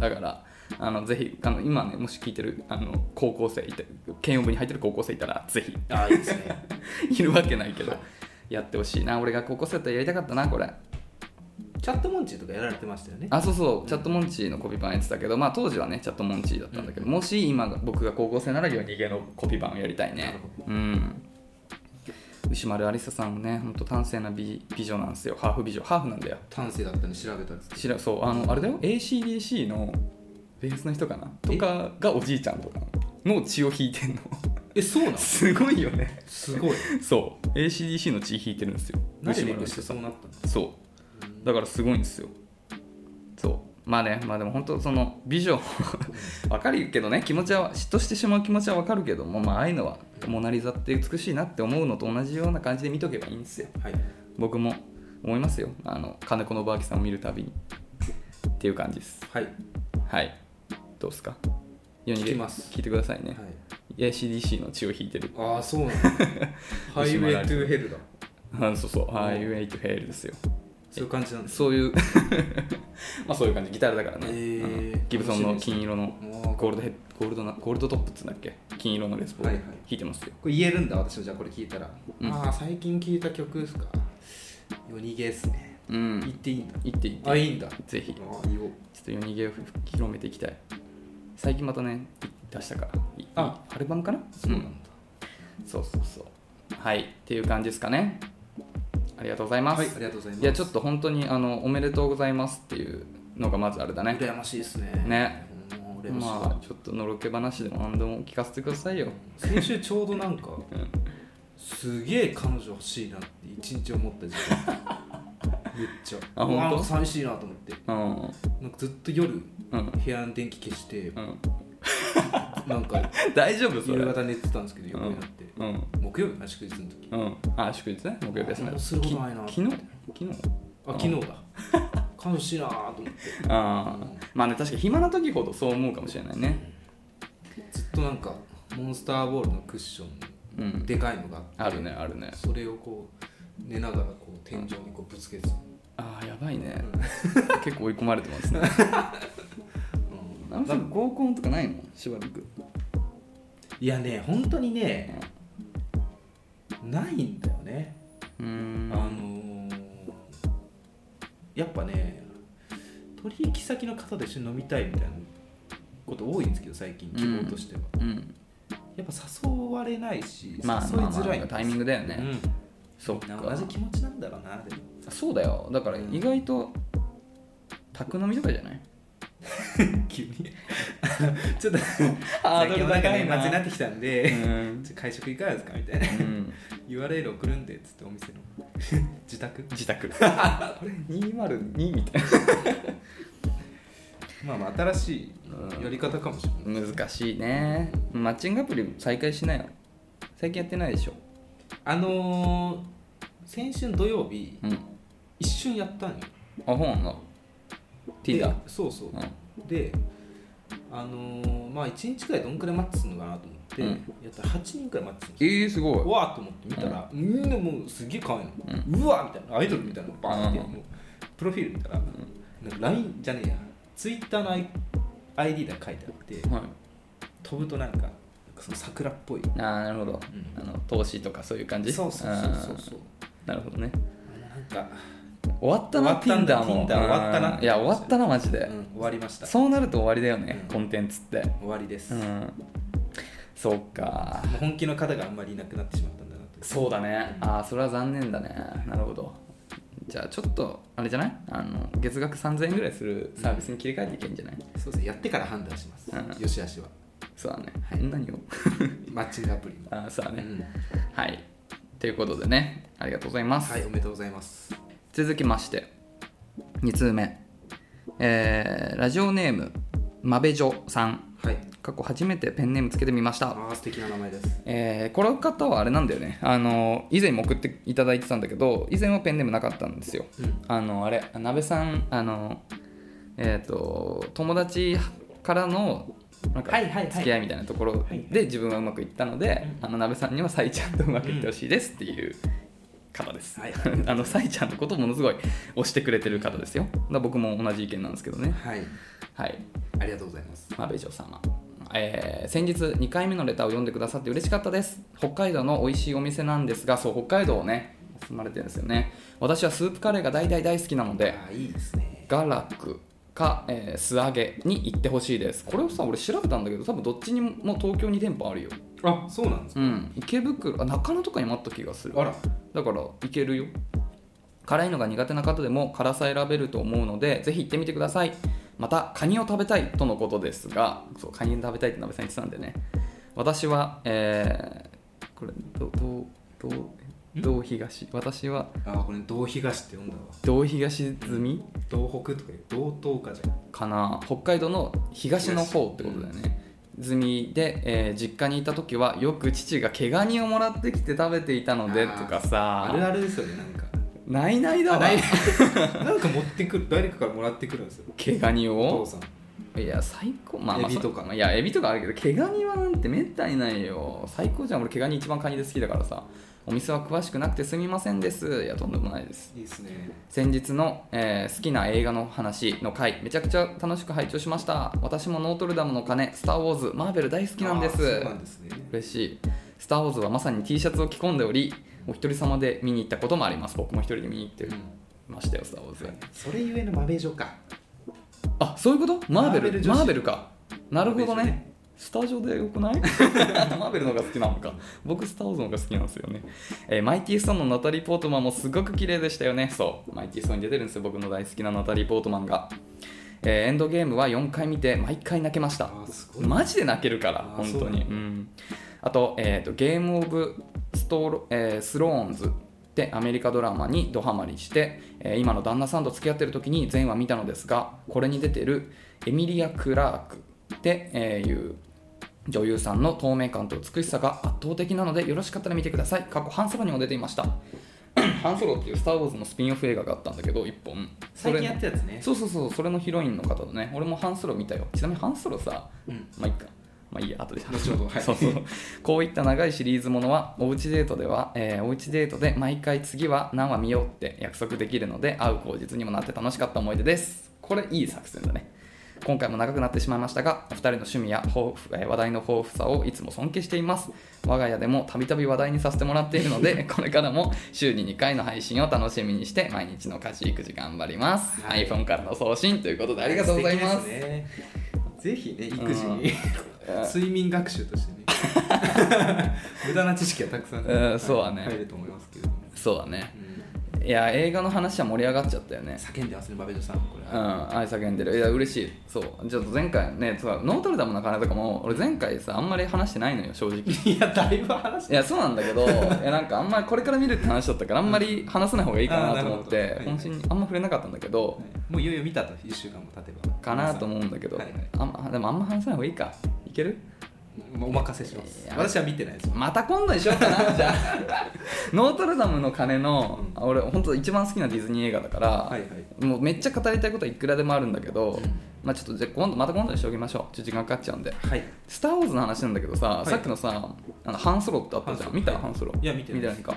Speaker 2: だからあのぜひあの今ねもし聞いてるあの高校生いて軽音部に入ってる高校生いたらぜひ
Speaker 1: ああいいですね
Speaker 2: いるわけないけどやってほしいな俺が高校生だったらやりたかったなこれ
Speaker 1: チャットモンチーとかやられてましたよね
Speaker 2: あそうそうチャットモンチーのコピー版やってたけど、まあ、当時はねチャットモンチーだったんだけど、もし今僕が高校生なら夜逃げのコピー版をやりたい
Speaker 1: な
Speaker 2: ね
Speaker 1: る
Speaker 2: うん牛丸ありささんね本当端正な美美女なんですよハーフ美女ハーフなんだよ
Speaker 1: 端正だったんで調べたんです
Speaker 2: しらそうあのあれだよ ACDC のベースの人かなとかがおじいちゃんとかの血を引いてんの
Speaker 1: えそうなの
Speaker 2: すごいよね
Speaker 1: すごい
Speaker 2: そう ACDC の血引いてるんですよ
Speaker 1: 何で
Speaker 2: 牛
Speaker 1: 勉強
Speaker 2: 丸有
Speaker 1: して
Speaker 2: 沙
Speaker 1: そ
Speaker 2: さ
Speaker 1: うんなったの
Speaker 2: そうだからすごいんですよそうまあねまあでも本当その美女 わかるけどね気持ちは嫉妬してしまう気持ちはわかるけどもまあああいうのはモナ・リザって美しいなって思うのと同じような感じで見とけばいいんですよ
Speaker 1: はい
Speaker 2: 僕も思いますよあの金子のバーキさんを見るたびにっていう感じです
Speaker 1: はいはい
Speaker 2: はいどうですか世に
Speaker 1: 聞きます
Speaker 2: 聞いてくださいね、ACDC の血を引いてる
Speaker 1: ああそうなのハイ
Speaker 2: 牛
Speaker 1: ウ
Speaker 2: 丸
Speaker 1: ェイ
Speaker 2: あり
Speaker 1: ト
Speaker 2: さ
Speaker 1: ゥーヘルだ
Speaker 2: あそうそう「I w a y to Hell」ですよ
Speaker 1: そういう感じなんです
Speaker 2: そういう まあそういう感じギターだからね、
Speaker 1: へー
Speaker 2: うんギブソンの
Speaker 1: 楽しみですね
Speaker 2: 金色の
Speaker 1: あー
Speaker 2: ゴールドヘッゴールドなゴールドトップっつうんだっけ金色のレスポール
Speaker 1: はいはい
Speaker 2: 弾いてますよ、
Speaker 1: これ言えるんだ私もじゃあこれ聞いたら、
Speaker 2: うん
Speaker 1: ああ最近聞いた曲ですか夜逃げっすね
Speaker 2: うん
Speaker 1: 言っていいんだ
Speaker 2: 行って行って
Speaker 1: あいいんだ
Speaker 2: ぜひちょ
Speaker 1: ああいいよ
Speaker 2: っと夜逃げを広めていきたい最近またね出したからい
Speaker 1: あ
Speaker 2: アルバムかな
Speaker 1: そうなん
Speaker 2: ん
Speaker 1: だ、
Speaker 2: そうそうそうはいっていう感じですかねありがとうございます、
Speaker 1: はいありがとうございます
Speaker 2: いやちょっと本当にあのおめでとうございますっていうのがまずあれだね
Speaker 1: 羨ましいですね
Speaker 2: ね
Speaker 1: うん羨ましいわ
Speaker 2: まあちょっとのろけ話でも何でも聞かせてくださいよ
Speaker 1: 先週ちょうどなんか
Speaker 2: ん
Speaker 1: すげえ彼女欲しいなって一日思 った時間めっちゃ
Speaker 2: あ
Speaker 1: うわ
Speaker 2: 本当
Speaker 1: 寂しいなと思って
Speaker 2: うん
Speaker 1: なんかずっと夜部
Speaker 2: うん
Speaker 1: 屋の電気消して
Speaker 2: うん
Speaker 1: なんか
Speaker 2: 大丈夫それ
Speaker 1: 夕方寝てたんですけど夜になって
Speaker 2: うん
Speaker 1: 木曜日かな祝日の時
Speaker 2: うん、あ祝日ね木曜日休みだ
Speaker 1: あすることないな
Speaker 2: き昨日昨日
Speaker 1: あ昨日だ彼女欲しいなと思って
Speaker 2: ああまあね確かに暇な時ほどそう思うかもしれないね
Speaker 1: ずっとなんかモンスターボールのクッション
Speaker 2: うん
Speaker 1: でかいのがあ
Speaker 2: あるねあるね
Speaker 1: それをこう寝ながらこう天井にこうぶつけてた、
Speaker 2: ああやばいね 結構追い込まれてますねナムさん合コンとかないのしばらく
Speaker 1: いやね本当にねないんだよね、
Speaker 2: うー
Speaker 1: あの
Speaker 2: ん
Speaker 1: ー、やっぱね取引先の方と一緒に飲みたいみたいなこと多いんですけど最近希望としては、
Speaker 2: うん
Speaker 1: やっぱ誘われないし、
Speaker 2: まあ
Speaker 1: 誘い
Speaker 2: まあま
Speaker 1: づらいん
Speaker 2: あ
Speaker 1: です
Speaker 2: タイミングだよね、
Speaker 1: うん
Speaker 2: そうか
Speaker 1: 同じ気持ちなんだろうなでも
Speaker 2: そうだよだから意外と宅飲みとかじゃない
Speaker 1: 急 にちょっと
Speaker 2: ハ
Speaker 1: 最
Speaker 2: ード
Speaker 1: 近
Speaker 2: ル
Speaker 1: お腹
Speaker 2: 高い
Speaker 1: 年
Speaker 2: な
Speaker 1: 末になってきたんで、
Speaker 2: うん
Speaker 1: ちょ会食いかがですかみたいな
Speaker 2: うん
Speaker 1: URL 送るんでっつってお店の 自宅
Speaker 2: 自宅これ202みたい
Speaker 1: まあまあ新しい
Speaker 2: うん
Speaker 1: やり方かもしれない、
Speaker 2: な難しいねマッチングアプリ再開しなよ最近やってないでしょ
Speaker 1: あのー、先週の土曜日
Speaker 2: うんあ
Speaker 1: 一瞬やったんよ
Speaker 2: ほんの Tinder
Speaker 1: でそうそう、
Speaker 2: うん
Speaker 1: であのー、まあ1日くらいどんくらいマッチするのかなと思って、
Speaker 2: うん
Speaker 1: やったら8人くらいマッチするんです
Speaker 2: え
Speaker 1: よ
Speaker 2: ー、すご
Speaker 1: う
Speaker 2: い
Speaker 1: わーっと思って見たら、みんなもうすげえ可愛いの、うわーみたいなアイドルみたいなのバーンって、
Speaker 2: うん
Speaker 1: もうプロフィール見たら、なんか LINE じゃねえや Twitter の I- ID が書いてあって
Speaker 2: はい
Speaker 1: 飛ぶとなんかなんかその桜っぽい、
Speaker 2: あーなるほど、
Speaker 1: う
Speaker 2: あの投資とかそういう感じ
Speaker 1: そうそうそうそうそう
Speaker 2: あーなるほどね
Speaker 1: なんか、
Speaker 2: 終わったな
Speaker 1: 終わった
Speaker 2: Tinder
Speaker 1: な
Speaker 2: も
Speaker 1: Tinder 終わったな
Speaker 2: うんいや終わったなマジで、
Speaker 1: うん、終わりました終
Speaker 2: そうなると終わりだよね、
Speaker 1: うん
Speaker 2: コンテンツって
Speaker 1: わりです、
Speaker 2: う
Speaker 1: もうん
Speaker 2: そうか
Speaker 1: 本気の方があんまりいなくなってしまったんだなと
Speaker 2: そうだねああそれは残念だねなるほどじゃあちょっとあれじゃないあの月額3000円ぐらいするサービスに切り替えていけんじゃない
Speaker 1: そうですねやってから判断します、
Speaker 2: うん
Speaker 1: よしあしは
Speaker 2: そうだね、
Speaker 1: はい
Speaker 2: 何を
Speaker 1: マッチングアプリも、
Speaker 2: ああそうだ
Speaker 1: う
Speaker 2: ね、
Speaker 1: ん、
Speaker 2: はいということでねありがとうございます、
Speaker 1: はいおめでとうございます
Speaker 2: 続きまして2通目えーラジオネームまべじょさん
Speaker 1: はい
Speaker 2: 過去初めてペンネームつけてみました
Speaker 1: ああ素敵な名前です
Speaker 2: えーこの方はあれなんだよねあの以前も送っていただいてたんだけど以前はペンネームなかったんですよ、
Speaker 1: うん
Speaker 2: あのあれなべさんあのえっ、と友達からのなんか
Speaker 1: はいはいはい
Speaker 2: 付き合いみたいなところ
Speaker 1: はい
Speaker 2: で自分はうまくいったので、あのなべさんにはさいちゃんとうまくいってほしいですっていう方です、
Speaker 1: はい
Speaker 2: あのさいちゃんのことをものすごい推してくれてる方ですよだから僕も同じ意見なんですけどね
Speaker 1: はい
Speaker 2: はい
Speaker 1: ありがとうございます
Speaker 2: まあ、ベジョ様、えー先日2回目のレターを読んでくださって嬉しかったです北海道の美味しいお店なんですがそう北海道をね住まれてるんですよね私はスープカレーが大大大好きなので
Speaker 1: ああいいですね
Speaker 2: ガラクか、えー素揚げに行ってほしいですこれをさ俺調べたんだけど多分どっちにも東京に店舗あるよ
Speaker 1: あそうなんです
Speaker 2: うん池袋あ中野とかにもあった気がする
Speaker 1: あら
Speaker 2: だからいけるよ辛いのが苦手な方でも辛さ選べると思うのでぜひ行ってみてくださいまたカニを食べたいとのことですがそうカニ食べたいって鍋さん言ってたんでね私はえー、これどどうどうどう東私は
Speaker 1: あこれ道東って読んだわ
Speaker 2: 道東済み
Speaker 1: 道北とか道東かじゃん
Speaker 2: かな北海道の東の方ってことだよね済みで、えー実家にいた時はよく父が毛ガニをもらってきて食べていたので
Speaker 1: あー
Speaker 2: とか
Speaker 1: あれ
Speaker 2: さ
Speaker 1: あれですよねなんか
Speaker 2: ないないだわ
Speaker 1: あない なんか持ってくる誰かからもらってくるんですよ
Speaker 2: 毛ガニ
Speaker 1: お
Speaker 2: を
Speaker 1: 父さん
Speaker 2: いや最高まあまあ
Speaker 1: エビとか
Speaker 2: そういやエビとかあるけど毛ガニはなんてめったにないよ最高じゃん俺毛ガニ一番カニで好きだからさお店は詳しくなくてすみませんですいやとんでもないです
Speaker 1: いいですね
Speaker 2: 先日の、えー好きな映画の話の回めちゃくちゃ楽しく拝聴しました私もノートルダムの鐘スター・ウォーズマーベル大好きなんで
Speaker 1: あーそ
Speaker 2: す
Speaker 1: うなんですね
Speaker 2: 嬉しいスター・ウォーズはまさに T シャツを着込んでおりお一人様で見に行ったこともあります僕も一人で見に行ってましたよスター・ウォーズ、
Speaker 1: それゆえのマベジョか
Speaker 2: あそういうことマーベルマ
Speaker 1: マ
Speaker 2: ー
Speaker 1: ー
Speaker 2: ベ
Speaker 1: ベ
Speaker 2: ル
Speaker 1: ル女子
Speaker 2: かなるほど
Speaker 1: マ
Speaker 2: ね
Speaker 1: ーベル女子
Speaker 2: スタジオでよくない マーベルの方が好きなのか僕スター・ウォーズの方が好きなんですよね、えーマイティ・ストーンのナタリー・ポートマンもすごく綺麗でしたよねそうマイティ・ストーンに出てるんですよ僕の大好きなナタリー・ポートマンが、えーエンドゲームは4回見て毎回泣けました
Speaker 1: あーすごい
Speaker 2: マジで泣けるから
Speaker 1: あー
Speaker 2: 本
Speaker 1: そ
Speaker 2: 当
Speaker 1: うなん
Speaker 2: に
Speaker 1: だ
Speaker 2: うんあと,、えー、とゲーム・オブストロ、えースローンズってアメリカドラマにドハマりして、えー今の旦那さんと付き合ってる時に全話見たのですがこれに出てるエミリア・クラークって、えーいう女優さんの透明感と美しさが圧倒的なのでよろしかったら見てください過去ハンソロにも出ていました ハンソロっていう「スター・ウォーズ」のスピンオフ映画があったんだけど1本そ
Speaker 1: 最
Speaker 2: れ
Speaker 1: 近やったやつね
Speaker 2: そうそうそうそれのヒロインの方だね俺もハンソロ見たよちなみにハンソロさ
Speaker 1: うん
Speaker 2: まあいいか。まあいいや、後で
Speaker 1: 後ほどはい
Speaker 2: そうそう。こういった長いシリーズものは、おうちデートでは、えーおうちデートで毎回次は何話見ようって約束できるので、会う口実にもなって楽しかった思い出です。これいい作戦だね。今回も長くなってしまいましたが、お二人の趣味や抱負えー話題の豊富さをいつも尊敬しています。我が家でもたびたび話題にさせてもらっている ので、これからも週に2回の配信を楽しみにして、毎日の家事育児頑張ります。
Speaker 1: はい
Speaker 2: iPhone からの送信ということでありがとうございます。
Speaker 1: 素敵でねぜひね育児
Speaker 2: うん
Speaker 1: に 睡眠学習として ね無駄な知識はたくさん
Speaker 2: うんそうだね
Speaker 1: 入ると思いますけれども、
Speaker 2: そうだね。
Speaker 1: うん
Speaker 2: いや映画の話は盛り上がっちゃったよね
Speaker 1: 叫んでますねバベジョさんこれ、
Speaker 2: うん愛叫んでるいや嬉しいそうちょっと前回ねそうノートルダムの鐘とかも俺前回さあんまり話してないのよ正直い
Speaker 1: いやだいぶ話して
Speaker 2: やそうなんだ けどいやなんかあんまりこれから見るって話だったからあんまり話さない方がいいかなと思っ
Speaker 1: あーなる
Speaker 2: て
Speaker 1: ほど
Speaker 2: 本心にあんま触れなかったんだけど
Speaker 1: もういよいよ見たと1週間も経てば
Speaker 2: かなと思うんだけど
Speaker 1: はいはい
Speaker 2: あんまでもあんま話さない方がいいかいける
Speaker 1: まあお任せします
Speaker 2: いや
Speaker 1: 私は見てないです
Speaker 2: また今度にしようかな じゃあノートルダムの鐘の
Speaker 1: う
Speaker 2: 俺本当一番好きなディズニー映画だから、
Speaker 1: はいはい
Speaker 2: もうめっちゃ語りたいことはいくらでもあるんだけど、
Speaker 1: うん
Speaker 2: まあちょっとじゃあ今度また今度にしておきましょうちょっと時間かかっちゃうんで
Speaker 1: はい
Speaker 2: 「スター・ウォーズ」の話なんだけどさ、
Speaker 1: い
Speaker 2: さっきのさあのハンソロってあったじゃん見たハンソロ
Speaker 1: いや見てない
Speaker 2: 見てないか、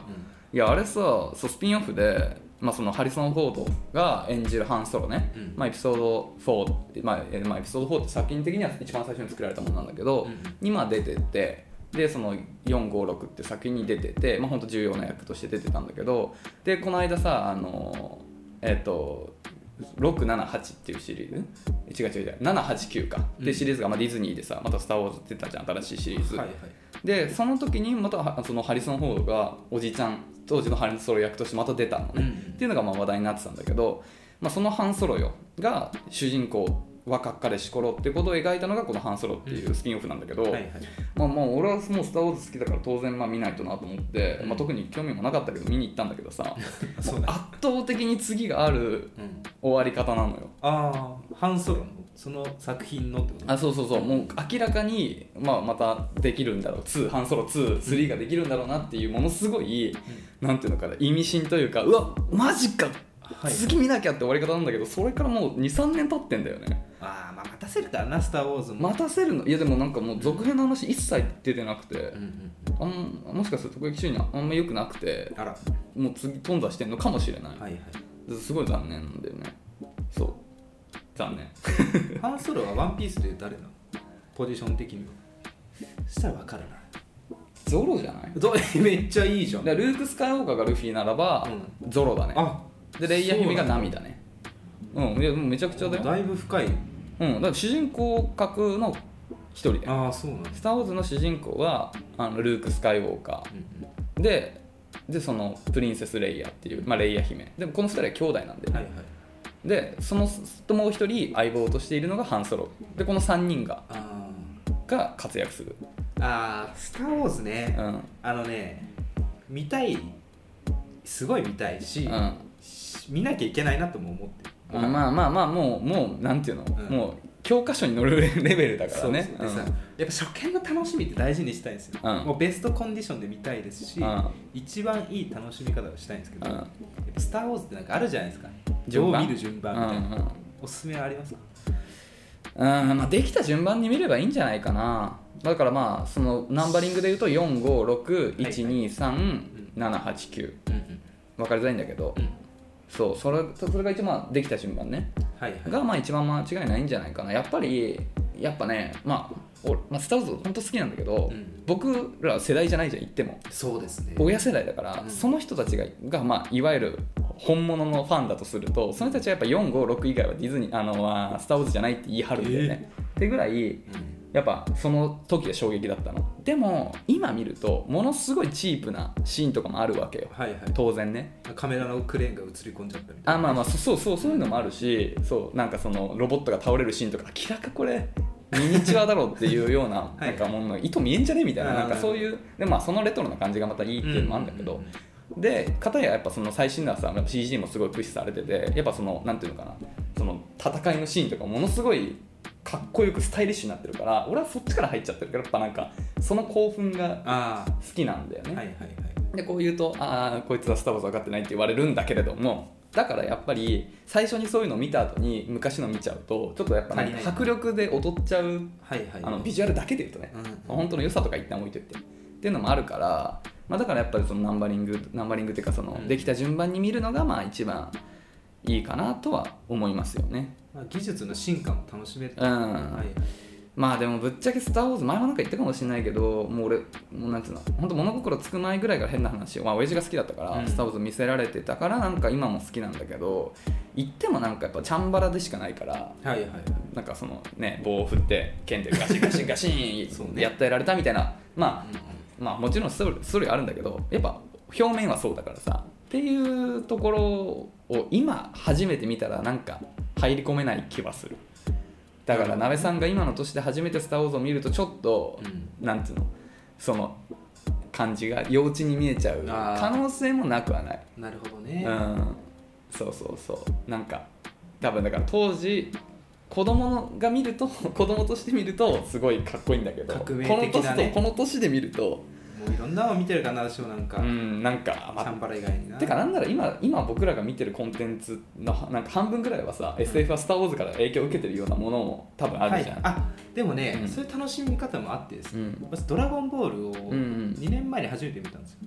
Speaker 2: いやあれさそうスピンオフで、まあ、そのハリソン・フォードが演じるハン・ソロね、
Speaker 1: うん
Speaker 2: まあ、エピソード4、まあえーまあ、エピソード4って作品的には一番最初に作られたものなんだけど、
Speaker 1: うん
Speaker 2: 今出ててでその456って作品に出てて、まあ、本当重要な役として出てたんだけどでこの間さあのえっ、と678っていうシリーズ違う違う違う789かっていうシリーズが、まあ、ディズニーでさまた「スター・ウォーズ」出たじゃん新しいシリー
Speaker 1: う
Speaker 2: ズ、
Speaker 1: んはいはい
Speaker 2: でその時にまたはそのハリソン・フォードがおじいちゃん当時のハリソロ役としてまた出たのね、
Speaker 1: うん
Speaker 2: っていうのがまあ話題になってたんだけど、まあ、そのハン・ソロよが主人公若っかりし頃ってことを描いたのがこの「ハン・ソロ」っていうスピンオフなんだけど、
Speaker 1: はいはい
Speaker 2: まあ、まあ俺はもう「スター・ウォーズ」好きだから当然まあ見ないとなと思って、まあ、特に興味もなかったけど見に行ったんだけ どさ
Speaker 1: そう
Speaker 2: 圧
Speaker 1: だ
Speaker 2: 倒的に次がある
Speaker 1: うん
Speaker 2: 終わり方なのよ
Speaker 1: ああハンソロのその作品のってこと
Speaker 2: あそうそうそうもう明らかに、まあ、またできるんだろう2半ソロ23ができるんだろうなっていうものすごい、なんていうのかな意味深というかうわマジか、
Speaker 1: はい
Speaker 2: 次見なきゃって終わり方なんだけどそれからもう23年経ってんだよね
Speaker 1: あーまあ待たせるからな「スター・ウォーズも」
Speaker 2: 待たせるのいやでもなんかもう続編の話一切出てなくて
Speaker 1: うんうん、
Speaker 2: あんもしかすると特撃中にあんま良くなくて
Speaker 1: あら
Speaker 2: もう次頓挫してんのかもしれない、
Speaker 1: はいは
Speaker 2: すごい残念なんだよねそう残念
Speaker 1: いハンソロは「ワンピースで誰なのポジション的にはそしたら分かるな
Speaker 2: ゾロじゃない
Speaker 1: ど めっちゃいいじゃん
Speaker 2: だからルーク・スカイウォーカーがルフィならば、ゾロだね
Speaker 1: あ
Speaker 2: でレイヤー姫がナミだねうんいやもうめちゃくちゃだよ、
Speaker 1: だいぶ深い
Speaker 2: うん、だから主人公格の一人で
Speaker 1: ああそうなんで
Speaker 2: 「
Speaker 1: す、
Speaker 2: スター・ウォーズ」の主人公はあのルーク・スカイウォーカ
Speaker 1: うんう
Speaker 2: ーででそのプリンセス・レイヤーっていう、まあ、レイヤー姫でもこの二人は兄弟なんで
Speaker 1: ん、はいはい
Speaker 2: でそのともう一人相棒としているのがハンソロでこの3人が
Speaker 1: あ
Speaker 2: が活躍する、
Speaker 1: ーあースター・ウォーズね、
Speaker 2: うん
Speaker 1: あのね見たいすごい見たいし、
Speaker 2: うん、
Speaker 1: し見なきゃいけないなとも思ってる
Speaker 2: まあまあまあまあもうもうなんていうの、
Speaker 1: うん
Speaker 2: もう教科書に載るレベルだか
Speaker 1: そ
Speaker 2: ら
Speaker 1: う
Speaker 2: ね
Speaker 1: そうでさ、やっぱ初見の楽しみって大事にしたいんですよ、
Speaker 2: うん
Speaker 1: もうベストコンディションで見たいですし、
Speaker 2: うん
Speaker 1: 一番いい楽しみ方をしたいんですけ
Speaker 2: う
Speaker 1: ど、
Speaker 2: ん
Speaker 1: やっぱスター・ウォーズってなんかあるじゃないですか
Speaker 2: 順
Speaker 1: どう
Speaker 2: 番
Speaker 1: 見る順番みたいな、おすすめはありますか
Speaker 2: うんうんうんまあ、できた順番に見ればいいんじゃないかなだからまあそのナンバリングで言うと456123789789
Speaker 1: うんうん
Speaker 2: 分かりづらいんだけど、
Speaker 1: うん
Speaker 2: そうそれそれが一番まあできた順番ね
Speaker 1: はいはい
Speaker 2: がまあ一番間違いないんじゃないかなやっぱりやっぱねまあ俺、まあ、スター・ウォーズ本当好きなんだけど、
Speaker 1: うん
Speaker 2: 僕ら世代じゃないじゃん言っても
Speaker 1: そうですね
Speaker 2: 親世代だから、
Speaker 1: うん
Speaker 2: その人たちがが、まあ、いわゆる本物のファンだとするとその人たちはやっぱ456以外はディズニーあのあースター・ウォーズじゃないって言い張るんだよね、ってぐらい
Speaker 1: うん
Speaker 2: やっぱその時は衝撃だったのでも今見るとものすごいチープなシーンとかもあるわけよ
Speaker 1: はいはい
Speaker 2: 当然ね
Speaker 1: カメラのクレーンが映り込んじゃったみたいな
Speaker 2: あまあまあそそうそうそういうのもあるしそうなんかそのロボットが倒れるシーンとか明らかこれミニチュアだろっていうような
Speaker 1: はい
Speaker 2: なんかもの糸見えんじゃねみたいな
Speaker 1: あー
Speaker 2: なんかそういうでまあそのレトロな感じがまたいいっていうのもあるんだけど、
Speaker 1: うううん
Speaker 2: で片ややっぱその最新のはさやっぱ CG もすごい駆使されててやっぱそのなんていうのかなその戦いのシーンとかものすごいかっこよくスタイリッシュになってるから俺はそっちから入っちゃってるからやっぱなんかその興奮が
Speaker 1: あ
Speaker 2: 好きなんだよ
Speaker 1: あ
Speaker 2: ね、
Speaker 1: はいはいはい
Speaker 2: でこう言うとああこいつはスター・ウォーズ分かってないって言われるんだけれどもだからやっぱり最初にそういうのを見た後に昔の見ちゃうとちょっとやっぱなんか
Speaker 1: 足りない
Speaker 2: 迫力で劣っちゃう
Speaker 1: はいはい
Speaker 2: あのビジュアルだけで言うとね、
Speaker 1: うん
Speaker 2: 本当の良さとか一旦置いといてっていうのもあるから、まあ、だからやっぱりそのナンバリングナンバリングっていうかその
Speaker 1: うん
Speaker 2: できた順番に見るのがまあ一番いいかなとは思いますよね
Speaker 1: まあ、技術の進化も楽しめる、
Speaker 2: うん、
Speaker 1: はいはい
Speaker 2: まあでもぶっちゃけ「スター・ウォーズ」前もなんか言ったかもしれないけどもう俺もうなんつうの本当物心つく前ぐらいから変な話をまあ親父が好きだったから「
Speaker 1: うん
Speaker 2: スター・ウォーズ」見せられてたからなんか今も好きなんだけど言ってもなんかやっぱチャンバラでしかないから
Speaker 1: はいはいはい
Speaker 2: なんかそのね棒を振って剣でガシンガシンガ シ
Speaker 1: そう
Speaker 2: ーン
Speaker 1: ね
Speaker 2: やってやられたみたいなまあ
Speaker 1: うん
Speaker 2: まあもちろんストーリーストーリーあるんだけどやっぱ表面はそうだからさっていうところを今初めて見たらなんか入り込めない気はするだからなべさんが今の年で初めて「スター・ウォーズ」を見るとちょっと
Speaker 1: うん
Speaker 2: なんていうのその感じが幼稚に見えちゃう
Speaker 1: あー
Speaker 2: 可能性もなくはない
Speaker 1: なるほど
Speaker 2: う
Speaker 1: ね、
Speaker 2: んそうそうそうなんか多分だから当時子供が見ると 子供として見るとすごいかっこいいんだけど
Speaker 1: 革命
Speaker 2: この
Speaker 1: 的だ
Speaker 2: 年
Speaker 1: ね
Speaker 2: とこの年で見ると
Speaker 1: もういろんなの見てるかな私もなんか、
Speaker 2: う
Speaker 1: チ
Speaker 2: んなんか、ま
Speaker 1: ャンバラ以外にな
Speaker 2: あ、てかなんなら今今僕らが見てるコンテンツのなんか半分ぐらいはさ、SF は「スター・ウォーズ」から影響を受けてるようなものも多分あるじゃん、
Speaker 1: はい、あでもね、
Speaker 2: うん
Speaker 1: そういう楽しみ方もあってです
Speaker 2: う
Speaker 1: ね、
Speaker 2: ん
Speaker 1: 私ドラゴンボールを
Speaker 2: うんうん
Speaker 1: 2年前に初めて見たん ですよ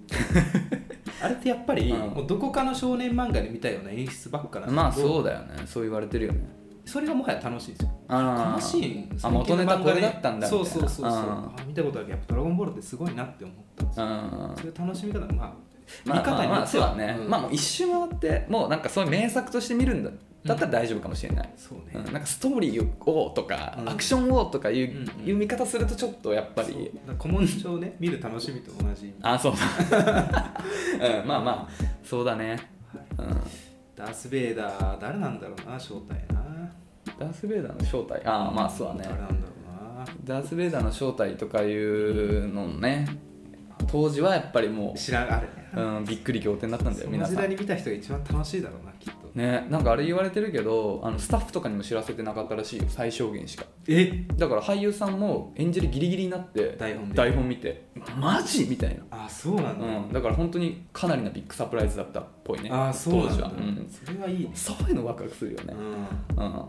Speaker 1: あれってやっぱり、
Speaker 2: うん
Speaker 1: もうどこかの少年漫画で見たような演出ばっかなんですけど
Speaker 2: まあそうだよねそう言われてるよね
Speaker 1: それがもはや楽しいですよこ
Speaker 2: あ
Speaker 1: のシーン
Speaker 2: あ元ネタこれだったんだみたい
Speaker 1: そ
Speaker 2: な
Speaker 1: うそうそうそう
Speaker 2: あ
Speaker 1: あ見たことあるけどやっぱドラゴンボールってすごいなって思ったんですよ
Speaker 2: うん
Speaker 1: そういう楽しみ方まあ
Speaker 2: まあ、
Speaker 1: 見方によ
Speaker 2: まあま
Speaker 1: っ
Speaker 2: あ
Speaker 1: て
Speaker 2: そう
Speaker 1: は
Speaker 2: だね、
Speaker 1: うん
Speaker 2: まあもう一周回ってもうなんかそういう名作として見るんだだったら大丈夫かもしれない、
Speaker 1: そうね、
Speaker 2: うんなんかストーリーをとか、
Speaker 1: うん
Speaker 2: アクションをとかいう,、
Speaker 1: うんうん
Speaker 2: いう見方するとちょっとやっぱり
Speaker 1: そうだから古文書をね見る楽しみと同じ
Speaker 2: あそう だ、うん、まあまあそうだね、うん、
Speaker 1: ダース・ベイダー誰なんだろうな正体な
Speaker 2: ダース・ベイダーの正体ああまあそうだ
Speaker 1: 誰
Speaker 2: ね
Speaker 1: なんだろうな
Speaker 2: ダース・ベイダーの正体とかいうのね当時はやっぱりも
Speaker 1: 知らんあれ、
Speaker 2: う、うん、びっくり仰天だったんだ
Speaker 1: そ
Speaker 2: よ
Speaker 1: の
Speaker 2: 皆
Speaker 1: 時
Speaker 2: さ
Speaker 1: 代
Speaker 2: ん
Speaker 1: に見た人が一番楽しいだろうなきっと
Speaker 2: ねなんかあれ言われてるけどあのスタッフとかにも知らせてなかったらしいよ最小限しか
Speaker 1: え
Speaker 2: だから俳優さんも演じるギリギリになって
Speaker 1: 台本で
Speaker 2: 台本見てマジみたいな
Speaker 1: あそうなんだ、
Speaker 2: うん、だから本当にかなりなビッグサプライズだったっぽいね
Speaker 1: あそうなんだ、
Speaker 2: 当時は、うん、
Speaker 1: それはいいね、
Speaker 2: そういうのワクワクするよ
Speaker 1: う
Speaker 2: ね、
Speaker 1: ん、
Speaker 2: うん、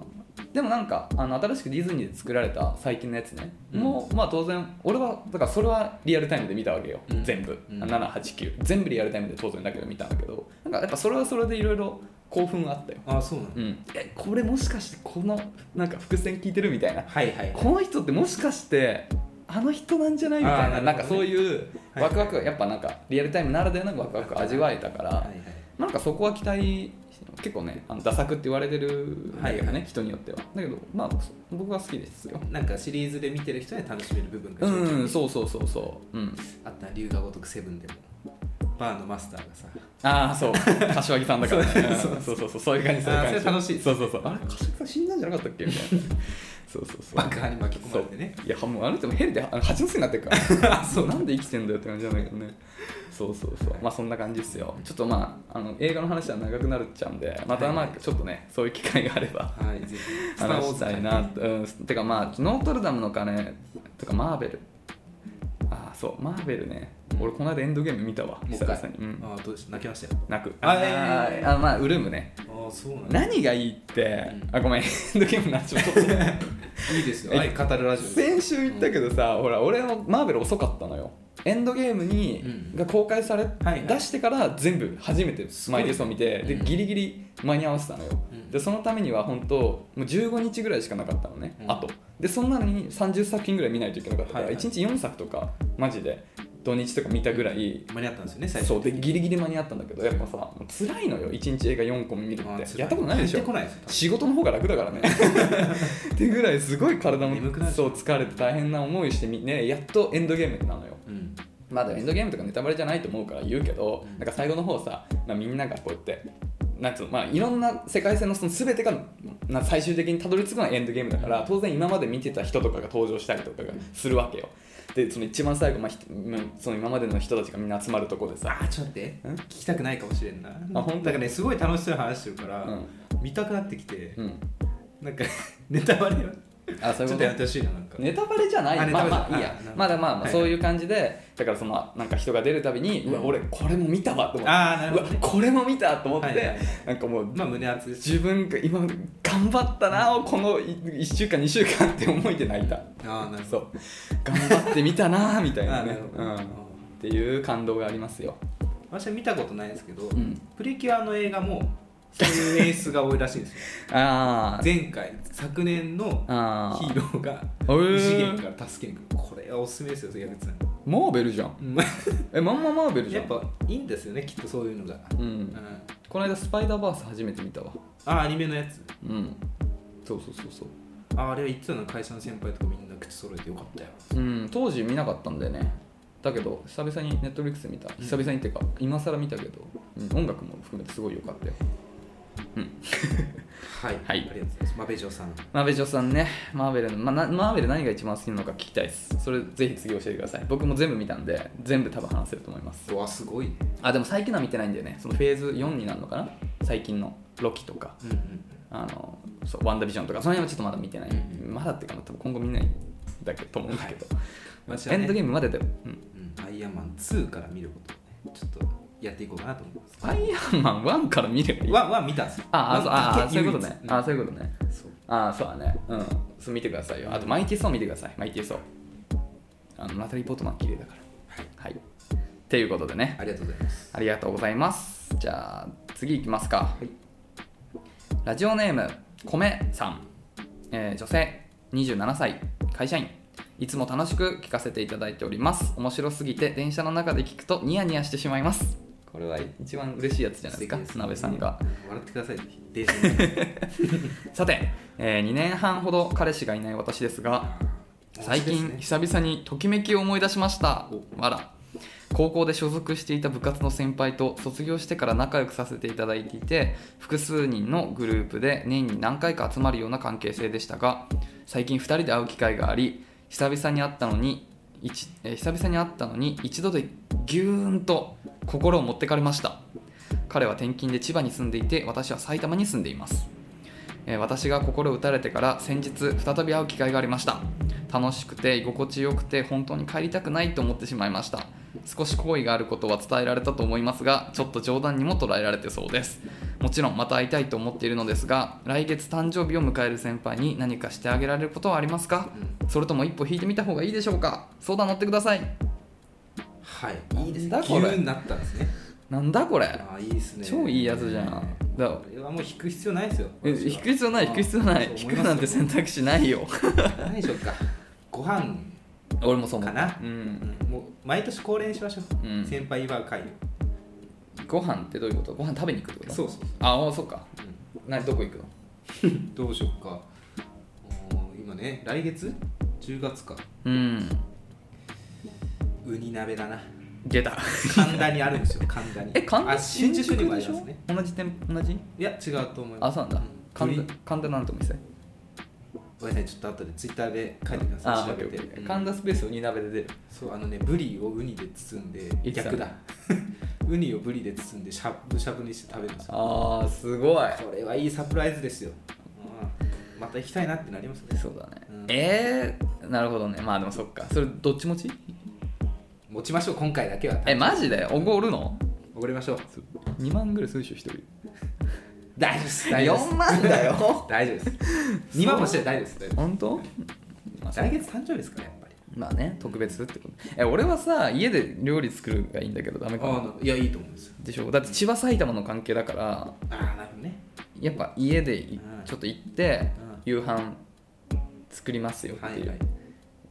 Speaker 2: でもなんかあの新しくディズニーで作られた最近のやつね、
Speaker 1: うん
Speaker 2: もうまあ当然俺はだからそれはリアルタイムで見たわけよ、
Speaker 1: うん
Speaker 2: 全部、
Speaker 1: うん
Speaker 2: 789全部リアルタイムで当然だけど見たんだけどなんかやっぱそれはそれでいろいろ興奮はあったよ、
Speaker 1: あそうなんだ、
Speaker 2: うん、えこれもしかしてこのなんか伏線聞いてるみたいな
Speaker 1: はいはい
Speaker 2: この人ってもしかしてあの人なんじゃないみたいな
Speaker 1: あー
Speaker 2: な
Speaker 1: なんる
Speaker 2: か
Speaker 1: ほど
Speaker 2: そう
Speaker 1: ね
Speaker 2: いう
Speaker 1: はい
Speaker 2: ワクワクやっぱなんかリアルタイムならではのワクワク味わえたから
Speaker 1: はいはい
Speaker 2: なんかそこは期待結構ねあのダサ作って言われてるんだけどね、
Speaker 1: はいは
Speaker 2: 人によってはだけどまあ僕僕は好きですよ
Speaker 1: なんかシリーズで見てる人には楽しめる部分が
Speaker 2: う
Speaker 1: 正直
Speaker 2: んそうそうそうそううん
Speaker 1: あった龍が如くセブンでもバーのマスターがさ
Speaker 2: ああそう柏木さんだから、ね、
Speaker 1: そう
Speaker 2: そうそうそうそういう感じそういう
Speaker 1: あ
Speaker 2: 感
Speaker 1: ー
Speaker 2: じ
Speaker 1: それ楽しい
Speaker 2: そうそうそうあれ柏木さん死んだんじゃなかったっけみた いなそうそうそう
Speaker 1: 爆破に巻き込まれてね
Speaker 2: そういやもうあの人もヘリであの蜂の巣になってるか らそうなんで生きてんだよって感じなんだけどねそうそうそうまあそんな感じですよちょっとまああの映画の話は長くなるっちゃうんでまたま
Speaker 1: は
Speaker 2: あ
Speaker 1: いはい
Speaker 2: ちょっとねそういう機会があれば
Speaker 1: はいぜひスター・ウ
Speaker 2: 話
Speaker 1: ォー
Speaker 2: し
Speaker 1: ズ
Speaker 2: たいなうんてかまあノートルダムの鐘とかマーベルああそうマーベルね俺この間エンドゲーム見たわ
Speaker 1: もう
Speaker 2: 久
Speaker 1: 一回
Speaker 2: 々にうん
Speaker 1: ああどうでした泣きましたよ
Speaker 2: 泣く
Speaker 1: あ
Speaker 2: あ
Speaker 1: え
Speaker 2: ー
Speaker 1: ー
Speaker 2: あまあウルームね
Speaker 1: ああそうなんだ
Speaker 2: 何がいいって
Speaker 1: うん
Speaker 2: あごめんエンドゲームになっちゃった
Speaker 1: いいですよ愛語るラジオです
Speaker 2: 先週言ったけどさ、ほら俺のマーベル遅かったのよエンドゲームに、
Speaker 1: うん
Speaker 2: が公開され、
Speaker 1: はいはい
Speaker 2: 出してから全部初めて
Speaker 1: すご
Speaker 2: マ
Speaker 1: い
Speaker 2: イデスを見て、
Speaker 1: うん
Speaker 2: でギリギリ間に合わせたのよ、
Speaker 1: うん
Speaker 2: でそのためには本当もう15日ぐらいしかなかったのね、
Speaker 1: うん
Speaker 2: あとでそんなのに30作品ぐらい見ないといけなかったから、
Speaker 1: はいはい
Speaker 2: 1日4作とかマジで土日とか見たぐらい、
Speaker 1: 間に合ったんですよね最初
Speaker 2: そうでギリギリ間に合ったんだけどやっぱさもう辛いのよ1日映画4個見る
Speaker 1: あー
Speaker 2: って
Speaker 1: 辛
Speaker 2: やったことないでし
Speaker 1: 入
Speaker 2: ょ
Speaker 1: ってこないですよ多分
Speaker 2: 仕事の方が楽だか らねってぐらいすごい体も
Speaker 1: 眠くなる
Speaker 2: そう疲れて大変な思いしてみねやっとエンドゲームなのよ
Speaker 1: うん
Speaker 2: まだエンドゲームとかネタバレじゃないと思うから言うけど、
Speaker 1: うん
Speaker 2: なんか最後の方さ、まあ、みんながこうやってなんつうのまあいろんな世界線のその全てがな最終的にたどり着くのはエンドゲームだから当然今まで見てた人とかが登場したりとかがするわけよでその一番最後、まあひ、その今までの人たちがみんな集まるとこでさ
Speaker 1: あーちょっと待って
Speaker 2: うん
Speaker 1: 聞きたくないかもしれんな
Speaker 2: あ本当
Speaker 1: なんかねすごい楽しそうな話してるから、
Speaker 2: うん
Speaker 1: 見たくなってきて、
Speaker 2: うん
Speaker 1: なんか ネタバレは
Speaker 2: あそ
Speaker 1: ちょっとやってほしいななんか、
Speaker 2: ネタバレじゃない
Speaker 1: あ
Speaker 2: よ
Speaker 1: ネ
Speaker 2: ま
Speaker 1: タ
Speaker 2: あ
Speaker 1: バレ
Speaker 2: まあいい
Speaker 1: あ
Speaker 2: や
Speaker 1: なるほど
Speaker 2: まだまあま
Speaker 1: は
Speaker 2: あ
Speaker 1: い
Speaker 2: そういう感じでだからそのなんか人が出るたびにうわ
Speaker 1: うん
Speaker 2: 俺これも見たわと思って
Speaker 1: ああなるほ
Speaker 2: うわ
Speaker 1: どね
Speaker 2: これも見たと思っ
Speaker 1: はいはい
Speaker 2: てなんかもう
Speaker 1: まあ胸熱です
Speaker 2: 自分が今頑張ったなこの1週間2週間って思いで泣いた
Speaker 1: ああなるほ
Speaker 2: そう頑張ってみ たなみたい
Speaker 1: どあ
Speaker 2: な
Speaker 1: ーな
Speaker 2: ね
Speaker 1: るほ
Speaker 2: う
Speaker 1: ど、
Speaker 2: ん
Speaker 1: あ
Speaker 2: っ
Speaker 1: ー
Speaker 2: ていう感動がありますよ
Speaker 1: 私は見たことないですけど、
Speaker 2: うん
Speaker 1: プリキュアの映画もそういう演出が多いらしいですよ
Speaker 2: あー
Speaker 1: 前回昨年の
Speaker 2: あ
Speaker 1: ヒーローが
Speaker 2: えー
Speaker 1: 異次元から助けに来るこれはおすすめですよ矢口さん
Speaker 2: ーマーベルじゃん
Speaker 1: うん
Speaker 2: えまんまマーベルじ
Speaker 1: や
Speaker 2: ゃ
Speaker 1: っ
Speaker 2: ん
Speaker 1: ぱいいんですよねきっとそういうのが、
Speaker 2: う
Speaker 1: うんん
Speaker 2: この間スパイダーバース初めて見たわ
Speaker 1: あアニメのやつ
Speaker 2: うんそうそうそうそう
Speaker 1: ああれは言ってたの会社の先輩とかみんな口揃えてよかったよ
Speaker 2: うん当時見なかったんだよねだけど久々にネットフリックス見た
Speaker 1: ん
Speaker 2: 久々にっていうか今更見たけど、うん音楽も含めてすごい良かったよ
Speaker 1: はい、
Speaker 2: はい
Speaker 1: ありがとうございますマベジョさん
Speaker 2: マーベルさんねマーベルの、まあなマーベル何が一番好きなのか聞きたいですそれぜひ次教えてください僕も全部見たんで全部多分話せると思います
Speaker 1: うわすごいね
Speaker 2: あでも最近のは見てないんだよねそのフェーズ4になるのかな最近のロキとか
Speaker 1: うんうん
Speaker 2: あのそうワンダービジョンとかその辺はちょっとまだ見てない、
Speaker 1: う
Speaker 2: まだっていうかまあ多分今後見ないんだけどと思うんだけど、
Speaker 1: 私
Speaker 2: エ
Speaker 1: は、ね
Speaker 2: ンドゲームまでだよ、うん
Speaker 1: うん、アイアンマン2から見ることをねちょっとやっていこうかなと思います
Speaker 2: アイアンマン1から見ればいい
Speaker 1: ワンワン見たんですよ
Speaker 2: ああそうあ
Speaker 1: ワ
Speaker 2: あ
Speaker 1: ン
Speaker 2: そういうこと
Speaker 1: 唯
Speaker 2: ね
Speaker 1: 一。
Speaker 2: あそういうことね。
Speaker 1: うんそう
Speaker 2: あそうだね。うん。そう見てくださいよ。あと、マイティソー見てください。マイティソー。あの、ナタリー・ポートマン綺麗だから。はい。っていうことでね。
Speaker 1: ありがとうございます
Speaker 2: ありがとうございます。じゃあ、次いきますか。
Speaker 1: はい
Speaker 2: ラジオネーム、米さん。えー女性、27歳、会社員。いつも楽しく聞かせていただいております。面白すぎて、電車の中で聞くとニヤニヤしてしまいます。これは一番嬉しいやつじゃないですか、
Speaker 1: 素敵ですね
Speaker 2: 鍋さんが。
Speaker 1: 笑ってくださいぜひ電車に
Speaker 2: さて、え2年半ほど彼氏がいない私ですが 最近
Speaker 1: 面白いですね
Speaker 2: 久々にときめきを思い出しました
Speaker 1: お
Speaker 2: わら高校で所属していた部活の先輩と卒業してから仲良くさせていただいていて複数人のグループで年に何回か集まるような関係性でしたが最近2人で会う機会があり久々に会ったのに一えー久々に会ったのに一度でギューンと心を持ってかれました彼は転勤で千葉に住んでいて私は埼玉に住んでいますえー私が心打たれてから先日再び会う機会がありました楽しくて居心地よくて本当に帰りたくないと思ってしまいました少し好意があることは伝えられたと思いますがちょっと冗談にも捉えられてそうですもちろんまた会いたいと思っているのですが来月誕生日を迎える先輩に何かしてあげられることはありますかそれとも一歩引いてみた方がいいでしょうか相談乗ってください
Speaker 1: はいいいです
Speaker 2: な
Speaker 1: ね
Speaker 2: んだこれ
Speaker 1: 急になったんですね
Speaker 2: なんだこれ
Speaker 1: あーいいですね
Speaker 2: 超いいやつじゃんだから
Speaker 1: これはもう引く必要ないですよ
Speaker 2: え引く必要ない引く必要ない引くなんて選択肢ないよ
Speaker 1: 何でしょうかご飯
Speaker 2: 俺もそう思
Speaker 1: か
Speaker 2: う
Speaker 1: な
Speaker 2: うん
Speaker 1: もう毎年恒例にしましょう、
Speaker 2: うん
Speaker 1: 先輩祝う会
Speaker 2: ご飯ってどういうことご飯食べに行くってこと
Speaker 1: そうそう
Speaker 2: あおそっか
Speaker 1: そう、
Speaker 2: などこ行くの
Speaker 1: うん、どうしよっかもう今ね来月10月か
Speaker 2: うん
Speaker 1: ウニ鍋だな
Speaker 2: 出た
Speaker 1: 神田にあるん ですよ神田に
Speaker 2: え神
Speaker 1: あ
Speaker 2: 田
Speaker 1: 新宿にもありますね
Speaker 2: 同じ店同じ
Speaker 1: いや違うと思いま
Speaker 2: あ
Speaker 1: す
Speaker 2: そうなんだ神
Speaker 1: 鳥
Speaker 2: 田神田なんてお店
Speaker 1: ごめんなさいちょっと後でツイッターで書いてくだ
Speaker 2: あ
Speaker 1: さい調べて、うん
Speaker 2: 神田スペースを2鍋で出る
Speaker 1: そうあのねブリをウニで包んで
Speaker 2: いつだ
Speaker 1: 逆だ ウニをブリで包んでしゃぶしゃぶにして食べるんですよ
Speaker 2: ああすごい
Speaker 1: これはいいサプライズですよ、うんまた行きたいなってなりますね
Speaker 2: そうだね、
Speaker 1: うん
Speaker 2: えー、なるほどねまあでもそっかそれどっち持ち
Speaker 1: 持ちましょう今回だけは
Speaker 2: えマジでおごるの
Speaker 1: おごりましょう
Speaker 2: 2万ぐらいするでしょ1
Speaker 1: 大丈夫です
Speaker 2: 人
Speaker 1: 大丈夫です
Speaker 2: 4万だよ
Speaker 1: 大丈夫です2万もして大丈夫です大丈夫で
Speaker 2: 本当まあ
Speaker 1: す来月誕生日ですからやっぱり
Speaker 2: まあね特別ってことえ俺はさ家で料理作るがいいんだけどダメか
Speaker 1: あ
Speaker 2: な
Speaker 1: のいやいいと思うんですよ
Speaker 2: でしょだって千葉埼玉の関係だから
Speaker 1: ああなるほどね
Speaker 2: やっぱ家で
Speaker 1: う
Speaker 2: い
Speaker 1: ん
Speaker 2: ちょっと行って
Speaker 1: うん
Speaker 2: 夕飯作りますよって
Speaker 1: はい
Speaker 2: いう、
Speaker 1: はい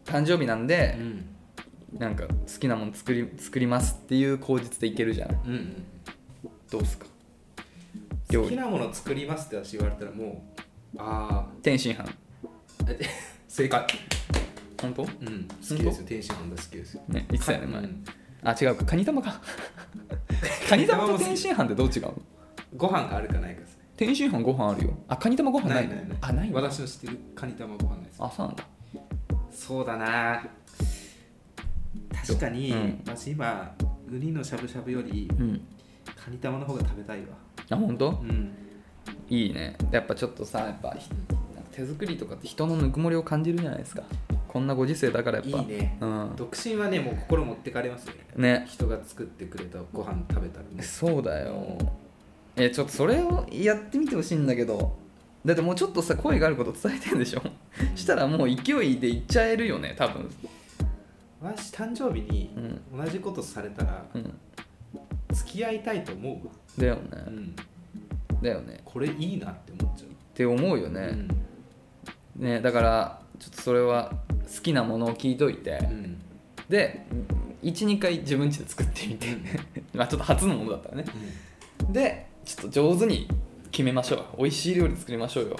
Speaker 2: 誕生日なん
Speaker 1: う
Speaker 2: で、
Speaker 1: ん
Speaker 2: なんか好きなもの作り作りますっていう口実でいけるじゃん
Speaker 1: うんうん
Speaker 2: どうっすか料
Speaker 1: 好
Speaker 2: 理
Speaker 1: きなもの作りますって私言われたらもうあ
Speaker 2: 天津飯
Speaker 1: あ正解
Speaker 2: 本当
Speaker 1: うん好きですよ天津飯が好きですよ
Speaker 2: ね言ってたよね前、
Speaker 1: うん
Speaker 2: あ違うかカニ 玉かカニ
Speaker 1: カ
Speaker 2: 玉
Speaker 1: ニ玉も
Speaker 2: と
Speaker 1: 好き
Speaker 2: 天津飯ってどう違うの
Speaker 1: ご飯があるかないかですね
Speaker 2: 天津飯ご飯あるよあカニ玉ご飯ないの
Speaker 1: ないないない
Speaker 2: あないんだ
Speaker 1: 私の知ってるカニ玉ご飯ないです
Speaker 2: あそうなんだ
Speaker 1: そうだな確かに、
Speaker 2: うん
Speaker 1: 私今ウニのしゃぶしゃぶより
Speaker 2: うん
Speaker 1: カニ玉の方が食べたいわ
Speaker 2: あ本当
Speaker 1: うん
Speaker 2: いいねやっぱちょっとさやっぱひなんか手作りとかって人のぬくもりを感じるじゃないですかこんなご時世だからやっ
Speaker 1: い
Speaker 2: ぱ
Speaker 1: いね
Speaker 2: うん
Speaker 1: 独身はねもう心持ってかれますよね
Speaker 2: ね
Speaker 1: 人が作ってくれたご飯食べたらね
Speaker 2: そうだよえちょっとそれをやってみてほしいんだけどだってもうちょっとさ声があること伝えてるでしょ したらもう勢いでいっちゃえるよね多分
Speaker 1: 私誕生日に
Speaker 2: うん
Speaker 1: 同じことされたら
Speaker 2: うん
Speaker 1: 付き合いたいと思うわ、
Speaker 2: だよ
Speaker 1: う
Speaker 2: ね
Speaker 1: ん、
Speaker 2: だよね
Speaker 1: これいいなって思っちゃ
Speaker 2: って思うよ
Speaker 1: う、
Speaker 2: ね,、ねだからちょっとそれは好きなものを聞いといて、
Speaker 1: うんうん
Speaker 2: で12回自分家で作ってみて まあちょっと初のものだったらねでちょっと上手に決めましょう美味しい料理作りましょうよ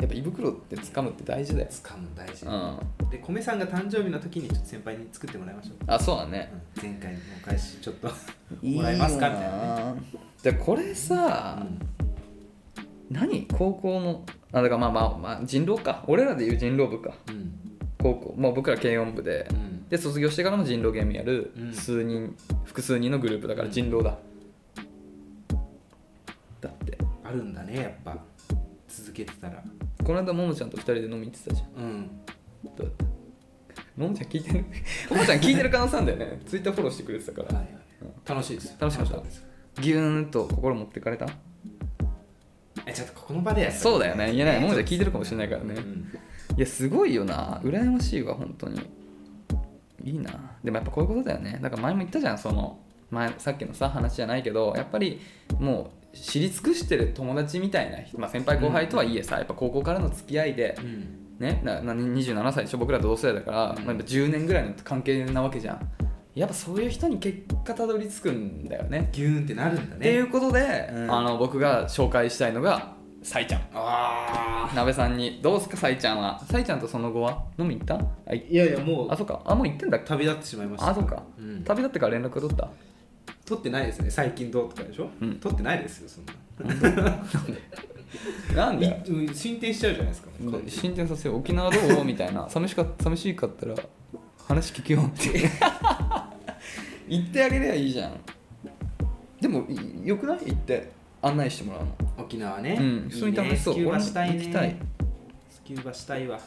Speaker 2: やっぱ胃袋って掴むって大事だよ
Speaker 1: 掴むの大事
Speaker 2: うんあ
Speaker 1: で米さんが誕生日の時にちょっと先輩に作ってもらいましょう、
Speaker 2: そうだね
Speaker 1: うん前回のお返しちょっともらえますかみたいなね
Speaker 2: なでこれさ、何高校のあだからまあまあまあ人狼か俺らで言う人狼部か
Speaker 1: うん
Speaker 2: 高校もう僕ら軽音部で
Speaker 1: うんうん
Speaker 2: で卒業してからも人狼ゲームやる、
Speaker 1: うん
Speaker 2: 数人複数人のグループだから人狼だ、だって
Speaker 1: あるんだねやっぱ続けてたら
Speaker 2: この間ももちゃんと2人で飲みに行ってたじゃん
Speaker 1: うん
Speaker 2: どうだったももちゃん聞いてるももちゃん聞いてる可能性あるんだよねツイッターフォローしてくれてたから
Speaker 1: 楽しいですよ
Speaker 2: 楽しかった
Speaker 1: ですよ
Speaker 2: ギューンと心持ってかれた
Speaker 1: えちょっとここの場でやった
Speaker 2: そうだよね言えないももちゃん聞いてるかもしれないからね
Speaker 1: うん
Speaker 2: いやすごいよな羨ましいわ本当にいいなでもやっぱこういうことだよねだから前も言ったじゃんその前さっきのさ話じゃないけどやっぱりもう知り尽くしてる友達みたいな、まあ、先輩後輩とはいえさやっぱ高校からの付き合いで、
Speaker 1: うん
Speaker 2: ね、なな27歳でしょ僕らと同世代だから、
Speaker 1: うん
Speaker 2: まあ、やっぱ10年ぐらいの関係なわけじゃんやっぱそういう人に結果たどり着くんだよね
Speaker 1: ギューンってなるんだ
Speaker 2: ってい
Speaker 1: ね
Speaker 2: うことで、
Speaker 1: うん
Speaker 2: あの僕が紹介したいのがさいちゃん
Speaker 1: あ
Speaker 2: 鍋さんに「どうすかさいちゃんはさいちゃんとその後は飲み行ったあ
Speaker 1: あ
Speaker 2: い
Speaker 1: いやいやも
Speaker 2: あ
Speaker 1: う
Speaker 2: そっかあもう行ってんだ
Speaker 1: 旅立ってしまいました
Speaker 2: あそっか
Speaker 1: うん
Speaker 2: 旅立ってから連絡取った
Speaker 1: 撮ってないですね最近どうとかでしょ
Speaker 2: うん
Speaker 1: 撮ってないですよそんな
Speaker 2: なんで
Speaker 1: いうん進展しちゃうじゃないですかこう
Speaker 2: 進展させよう沖縄どうみた いな寂しか寂しかったら話聞 けよって言ってあげりゃいいじゃんでもいよくない行って案内してもらうの
Speaker 1: 沖縄ね
Speaker 2: うん普通に楽しそう
Speaker 1: いいねスキューバしたい
Speaker 2: 俺も行きたい
Speaker 1: ねスキューバしたいわ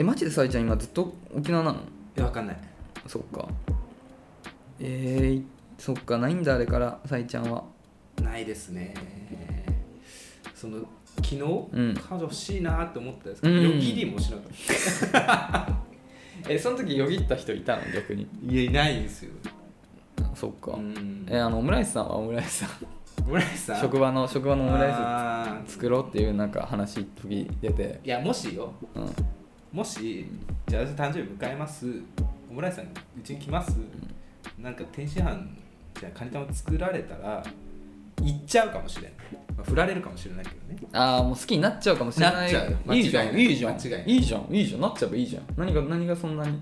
Speaker 2: えマジでさいちゃん今ずっと沖縄なの
Speaker 1: いやわかんない
Speaker 2: そっかえー、そっかないんだあれからさいちゃんは
Speaker 1: ないですねその昨日、
Speaker 2: ん
Speaker 1: 彼女欲しいなって思ったんですけど、
Speaker 2: うん
Speaker 1: よぎりもしなかった
Speaker 2: えその時よぎった人いたの逆に
Speaker 1: いやいないんですよ、
Speaker 2: そっか、
Speaker 1: うん
Speaker 2: えあのオムライスさんはオムライスさん
Speaker 1: 村井さん
Speaker 2: 職場の職場のオムラ
Speaker 1: あ
Speaker 2: イ
Speaker 1: ー
Speaker 2: ス作ろうっていうなんか話時出て
Speaker 1: いやもしよ
Speaker 2: うん
Speaker 1: もしじゃあ私誕生日迎えますオムライスさんうちに来ます、なんか天津飯たいなカニ玉作られたら行っちゃうかもしれない、まあ、振られるかもしれないけどね
Speaker 2: ああもう好きになっちゃうかもしれ
Speaker 1: な
Speaker 2: な
Speaker 1: っ
Speaker 2: い
Speaker 1: ちゃうよ間違い
Speaker 2: いいじゃ
Speaker 1: なんい
Speaker 2: いいじゃん
Speaker 1: 間違いない
Speaker 2: いいじゃんいいじゃんなっちゃえばいいじゃん何が何がそんなに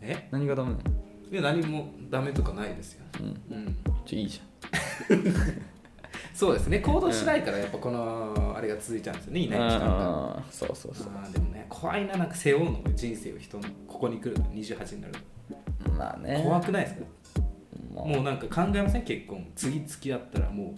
Speaker 1: え
Speaker 2: 何がダメなの
Speaker 1: いや何もダメとかないですよ、
Speaker 2: うん
Speaker 1: うん、
Speaker 2: ちょいいじ
Speaker 1: そうですね行動しないからやっぱこのあれが続いちゃうんですよねい
Speaker 2: ゃん
Speaker 1: ない期間が
Speaker 2: あーそうそうそう
Speaker 1: あーでもね怖いななんか背負うの人生を人のここに来るの28になる
Speaker 2: まあね
Speaker 1: 怖くないですか
Speaker 2: まあ
Speaker 1: もうなんか考えません結婚次付き合ったらも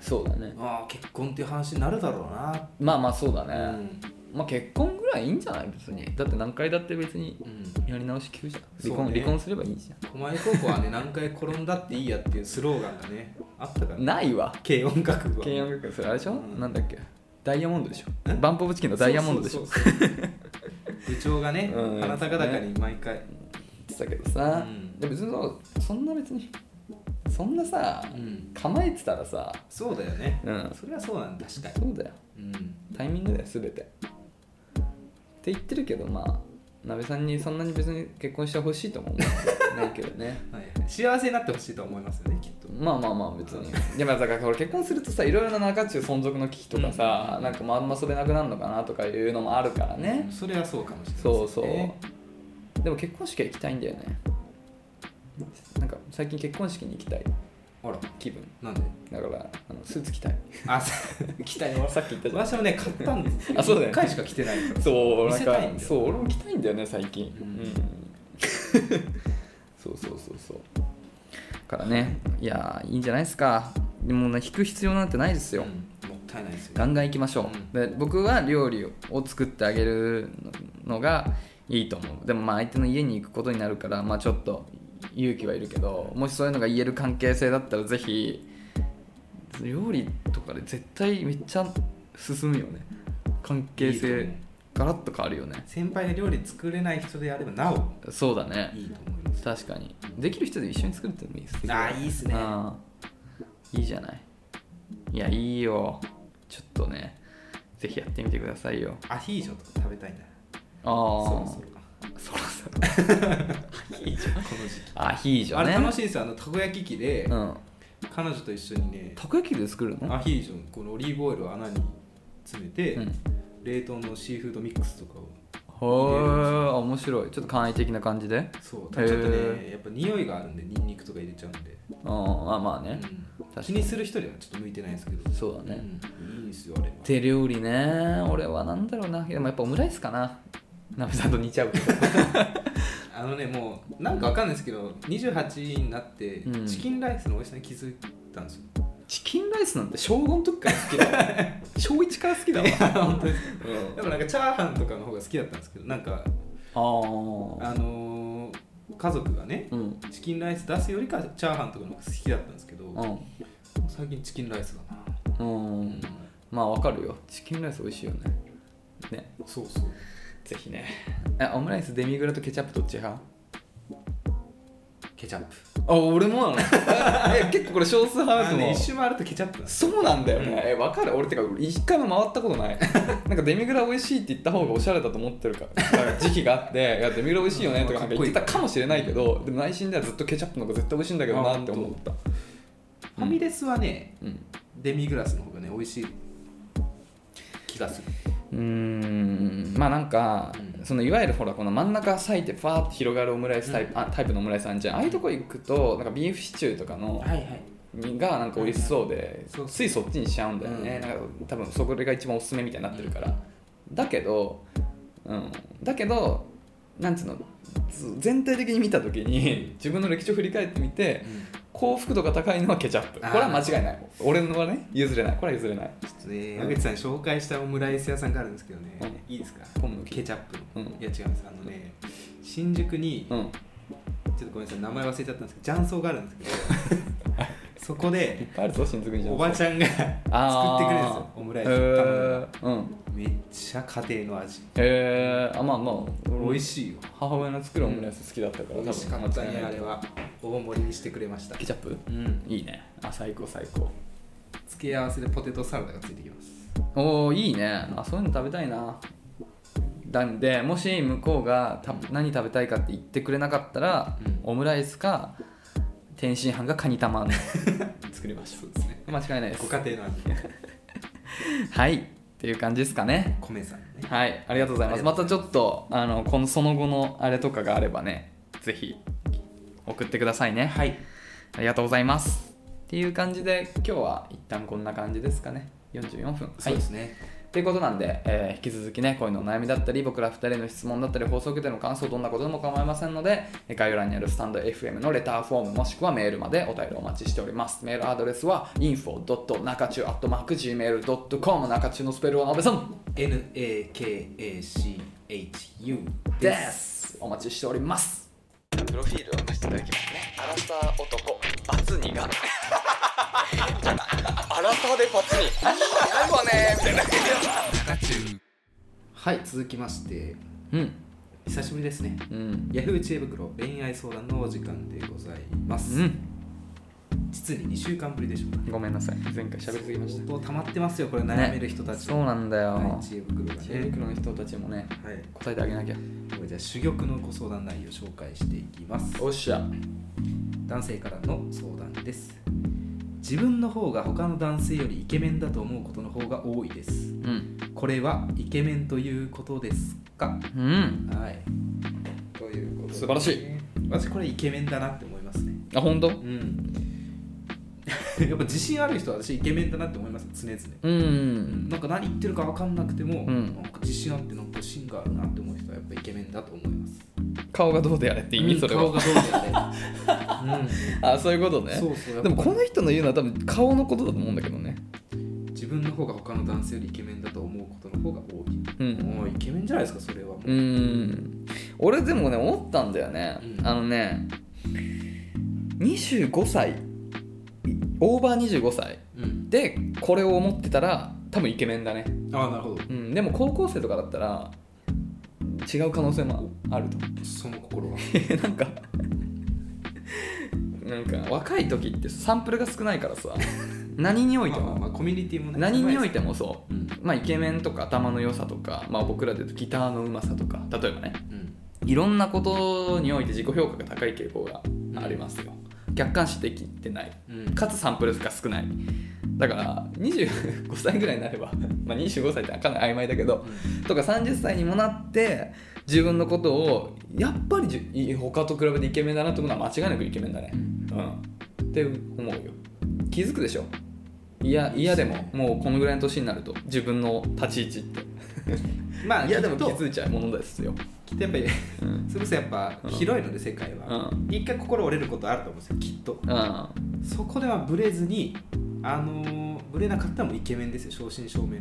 Speaker 2: そうだね
Speaker 1: うああ結婚っていう話になるだろうな
Speaker 2: まあまあそうだね、
Speaker 1: うん
Speaker 2: まあ結婚ぐらいいいんじゃない別にだって何回だって別に
Speaker 1: うん
Speaker 2: やり直し急じゃん
Speaker 1: そうね
Speaker 2: 離婚,、離婚すればいいじ
Speaker 1: 狛江高校はね何回転んだっていいやっていうスローガンがねあったか
Speaker 2: ゃ
Speaker 1: ら
Speaker 2: ん
Speaker 1: ね
Speaker 2: ないわ
Speaker 1: 軽音楽部は
Speaker 2: 軽音楽それあれでし
Speaker 1: う
Speaker 2: ょ、
Speaker 1: ん
Speaker 2: なんだっけダイヤモンドでしょバンプオブチキンのダイヤモンドでし
Speaker 1: そう
Speaker 2: ょ
Speaker 1: そうそう部長がね
Speaker 2: うん
Speaker 1: 鼻高々に毎回
Speaker 2: 言ってたけどさ、
Speaker 1: うん
Speaker 2: で別にそうそんな別にそんなさ、
Speaker 1: うん
Speaker 2: 構えてたらさ
Speaker 1: そうだよね
Speaker 2: うん
Speaker 1: それはそうなんだ確か
Speaker 2: そうだよ
Speaker 1: にうん
Speaker 2: タイミングだよ全てって言ってるけどまあ鍋さんにそんなに別に結婚してほしいとも思わないけどね
Speaker 1: はい幸せになってほしいと思いますよねきっと
Speaker 2: まあまあまあ別にでもだから俺結婚するとさいろいろな中中存続の危機とかさ、
Speaker 1: うん
Speaker 2: なんかもうあんま遊べなくなるのかなとかいうのもあるからね、
Speaker 1: それはそうかもしれないですね
Speaker 2: そうそう、でも結婚式は行きたいんだよねなんか最近結婚式に行きたい
Speaker 1: あら
Speaker 2: 気分
Speaker 1: なんで
Speaker 2: だからあのスーツ着たい
Speaker 1: あ そう 着たいの
Speaker 2: さっき言ったじゃん
Speaker 1: 私もね買ったんです
Speaker 2: あそうだよね
Speaker 1: 1回しか着てないから
Speaker 2: そう
Speaker 1: 見
Speaker 2: なん
Speaker 1: せたいんだよ
Speaker 2: かそう俺も着たいんだよね最近
Speaker 1: うん
Speaker 2: そうそうそうそうからねいやーいいんじゃないですかでもね引く必要なんてないですよ、
Speaker 1: うんもったいないですよ
Speaker 2: ガンガン行きましょう、で僕は料理を作ってあげるのがいいと思うでもまあ相手の家に行くことになるからまあちょっと勇気はいるけどもしそういうのが言える関係性だったらぜひ料理とかで絶対めっちゃ進むよね関係
Speaker 1: いいと
Speaker 2: 性
Speaker 1: 思う
Speaker 2: ガラッと変わるよね
Speaker 1: 先輩が料理作れない人であればなお
Speaker 2: そうだね
Speaker 1: いいと思います
Speaker 2: 確かにできる人で一緒に作るってのもいいです
Speaker 1: ああいいっすね
Speaker 2: あーいいじゃないいやいいよちょっとねぜひやってみてくださいよ
Speaker 1: アヒージョとか食べたいんだ
Speaker 2: あ
Speaker 1: そ
Speaker 2: あ
Speaker 1: ろそろか
Speaker 2: そろそろ
Speaker 1: アヒージョこの時期
Speaker 2: アヒージョ
Speaker 1: あ
Speaker 2: ね
Speaker 1: れ楽しいんですよあのたこ焼き器で
Speaker 2: うん
Speaker 1: 彼女と一緒にね
Speaker 2: たこ焼きで作るの
Speaker 1: アヒージョのこのオリーブオイルを穴に詰めて
Speaker 2: うん
Speaker 1: 冷凍のシーフードミックスとかを
Speaker 2: ほー面白いちょっと簡易的な感じで
Speaker 1: そう
Speaker 2: へ
Speaker 1: た
Speaker 2: ー
Speaker 1: だちょっとねやっぱ匂いがあるんでニンニクとか入れちゃうんで
Speaker 2: うんあまあね、
Speaker 1: うん
Speaker 2: 確かに
Speaker 1: 気にする人にはちょっと向いてないですけど
Speaker 2: そうだね、
Speaker 1: うんいいんですよあれは
Speaker 2: 手料理ね俺はなんだろうなでもやっぱオムライスかな鍋さんと似ちゃうけど
Speaker 1: あのねもうなんかわかんないですけど28になって
Speaker 2: うん
Speaker 1: チキンライスの美味しさに気づいたんですよ、
Speaker 2: チキンライスなんて小5の時から好きだわ小1から好きだわ
Speaker 1: 本当です
Speaker 2: うん
Speaker 1: でもなんかチャーハンとかの方が好きだったんですけどなんか
Speaker 2: ああ
Speaker 1: あのー家族がね
Speaker 2: うん
Speaker 1: チキンライス出すよりかチャーハンとかの方が好きだったんですけど
Speaker 2: う
Speaker 1: 最近チキンライスだな、
Speaker 2: ん、うん、まあわかるよチキンライス美味しいよねね
Speaker 1: そうそう
Speaker 2: ぜひねえオムライスデミグラとケチャップどっち派
Speaker 1: ケチャップ
Speaker 2: あ俺もなの え結構これ少数派だ
Speaker 1: あ
Speaker 2: と
Speaker 1: の
Speaker 2: 思
Speaker 1: ね
Speaker 2: う
Speaker 1: 一周回るとケチャップなんです
Speaker 2: そうなんだよ
Speaker 1: うん
Speaker 2: ねえわかる俺てか俺一回も回ったこと ないなんかデミグラ美味しいって言った方がおしゃれだと思ってるからなんか時期があっていやデミグラ美味しいよねとかなんか言ってたかもしれないけどでも内心ではずっとケチャップの方が絶対美味しいんだけどなって思った
Speaker 1: ファミレスはね
Speaker 2: うん
Speaker 1: デミグラスの方がね美味しい気がする
Speaker 2: うーんまあなんか、
Speaker 1: うん
Speaker 2: そのいわゆるほらこの真ん中裂いてファーって広がるオムライスタイプ,、あタイプのオムライスあんじゃんああいうとこ行くとなんかビーフシチューとかの
Speaker 1: はいはい
Speaker 2: がなんか美味しそうで
Speaker 1: そうそう
Speaker 2: ついそっちにしちゃうんだよね、
Speaker 1: うん
Speaker 2: なんか多分そこが一番おすすめみたいになってるから、だけど、うん、だけどなんつうのつ全体的に見た時に自分の歴史を振り返ってみて幸福度が高いのはケチャップこ
Speaker 1: あー
Speaker 2: れは間違いない俺のはね譲れないこれは譲れない
Speaker 1: ちょっとね矢口さんに紹介したオムライス屋さんがあるんですけどね、
Speaker 2: う
Speaker 1: いいですか
Speaker 2: コムの木
Speaker 1: ケチャップの、
Speaker 2: うん
Speaker 1: いや違うんですあのね新宿に、
Speaker 2: うん
Speaker 1: ちょっとごめんなさい名前忘れちゃったんですけど雀荘があるんですけど そこ
Speaker 2: いっ
Speaker 1: で
Speaker 2: ぱいあるぞ新宿にじゃ
Speaker 1: おばちゃんが作
Speaker 2: あ
Speaker 1: って
Speaker 2: ー
Speaker 1: くれるんですよオムライス頼んだら
Speaker 2: へえうん
Speaker 1: めっちゃ家庭の味
Speaker 2: へえあまあまあ
Speaker 1: 美
Speaker 2: 俺
Speaker 1: 味しいよ
Speaker 2: 母親の作るオムライス好きだったから、
Speaker 1: 美
Speaker 2: 多
Speaker 1: 味しか
Speaker 2: 分
Speaker 1: った
Speaker 2: 間違い
Speaker 1: ね
Speaker 2: ない
Speaker 1: あれは大盛りにしてくれました
Speaker 2: ケチャップ
Speaker 1: うん
Speaker 2: いいねあ最高最高
Speaker 1: 付け合わせでポテトサラダがついてきます
Speaker 2: おおいいねあそういうの食べたいななんでもし向こうがた何食べたいかって言ってくれなかったら、
Speaker 1: うん
Speaker 2: オムライスか天津飯がカニ 玉ね
Speaker 1: 作りましょうですね
Speaker 2: 間違いないです
Speaker 1: ご家庭の味で
Speaker 2: はいっていう感じですかね
Speaker 1: 米さんね
Speaker 2: はいありがとうございますまたちょっとあのこのその後のあれとかがあればねぜひ送ってくださいね
Speaker 1: はい
Speaker 2: ありがとうございますっていう感じで今日は一旦こんな感じですかね44分は
Speaker 1: そう
Speaker 2: い
Speaker 1: ですね
Speaker 2: ということなんで、えー引き続きね恋のお悩みだったり僕ら2人への質問だったり放送を受けての感想どんなことでも構いませんのでえー概要欄にあるスタンド FM のレターフォームもしくはメールまでお便りお待ちしておりますメールアドレスは info.nakachu.gmail.com 中中のスペルはなべさん
Speaker 1: NAKACHU
Speaker 2: で
Speaker 1: です
Speaker 2: すお待ちしておりますプロフィールを出していただきますねアラサー男バツ2がアラサーでバツ2やるわねみたいな
Speaker 1: はい続きまして
Speaker 2: うん
Speaker 1: 久しぶりですね
Speaker 2: うん
Speaker 1: ヤフー知恵袋恋愛相談のお時間でございます、
Speaker 2: うん
Speaker 1: 実に2週間ぶりでしょうかね
Speaker 2: ごめんなさい前回喋りすぎました
Speaker 1: 相当溜まってますよこれ悩める人たち、
Speaker 2: そうなんだよ、
Speaker 1: はい、知恵袋が
Speaker 2: 知恵
Speaker 1: ね
Speaker 2: 袋の人たちもね
Speaker 1: はい
Speaker 2: 答えてあげなきゃ
Speaker 1: これじゃあ珠玉のご相談内容を紹介していきます
Speaker 2: おっしゃ
Speaker 1: 男性からの相談です自分の方が他の男性よりイケメンだと思うことの方が多いです
Speaker 2: うん
Speaker 1: これはイケメンということですか
Speaker 2: うん
Speaker 1: はいということで
Speaker 2: 素晴らしい
Speaker 1: 私これイケメンだなって思いますね
Speaker 2: あ本当
Speaker 1: うん やっぱ自信ある人は私イケメンだなって思います常々
Speaker 2: うん
Speaker 1: なんか何言ってるか分かんなくても、
Speaker 2: うん
Speaker 1: なんか自信あってなんか芯があるなって思う人はやっぱイケメンだと思います。
Speaker 2: 顔がどうであれって意味それは、
Speaker 1: うん顔がどうだ よね。
Speaker 2: あそういうこと
Speaker 1: うん、
Speaker 2: ね
Speaker 1: そうそう。やっぱ
Speaker 2: でもこの人の言うのは多分顔のことだと思うんだけどね
Speaker 1: 自分の方が他の男性よりイケメンだと思うことの方が多い。
Speaker 2: うん
Speaker 1: もうイケメンじゃないですかそれは。
Speaker 2: うーん俺でもね思ったんだよね、
Speaker 1: うん
Speaker 2: あのね25歳オーバー25歳
Speaker 1: うん。
Speaker 2: でこれを思ってたら多分イケメンだね
Speaker 1: ああなるほ
Speaker 2: うん、でも高校生とかだったら違う可能性もあると
Speaker 1: ど。その心は。
Speaker 2: なんか なんか若い時ってサンプルが少ないから さ何において
Speaker 1: まあま
Speaker 2: も
Speaker 1: あまあコミュニティもね。
Speaker 2: 何におい
Speaker 1: て。
Speaker 2: てもそ
Speaker 1: うん
Speaker 2: うまあイケメンとか頭の良さとか、まあ、僕らで言うとギターのうまさとか例えばね
Speaker 1: うん。
Speaker 2: いろんなことにおいて自己評価が高い傾向がありますよ、客観視できてない
Speaker 1: うん。
Speaker 2: かつサンプルが少ないだから25歳ぐらいになれば、 まあ、25歳ってかなり曖昧だけどとか30歳にもなって自分のことをやっぱりじゅい他と比べてイケメンだなってことは間違いなくイケメンだね、うん、って思うよ気づくでしょいやいやでももうこのぐらいの年になると自分の立ち位置って
Speaker 1: まあ
Speaker 2: いやで も気
Speaker 1: きっと
Speaker 2: づいちゃうものですよ、
Speaker 1: きっとやっぱり
Speaker 2: うん
Speaker 1: それこそやっぱ広いので世界
Speaker 2: う
Speaker 1: は。
Speaker 2: ん
Speaker 1: 一回心折れることあると思うんですよきっと。
Speaker 2: うん、
Speaker 1: そこではブレずに、あのーブレなかったらもうイケメンですよ、正真正銘のも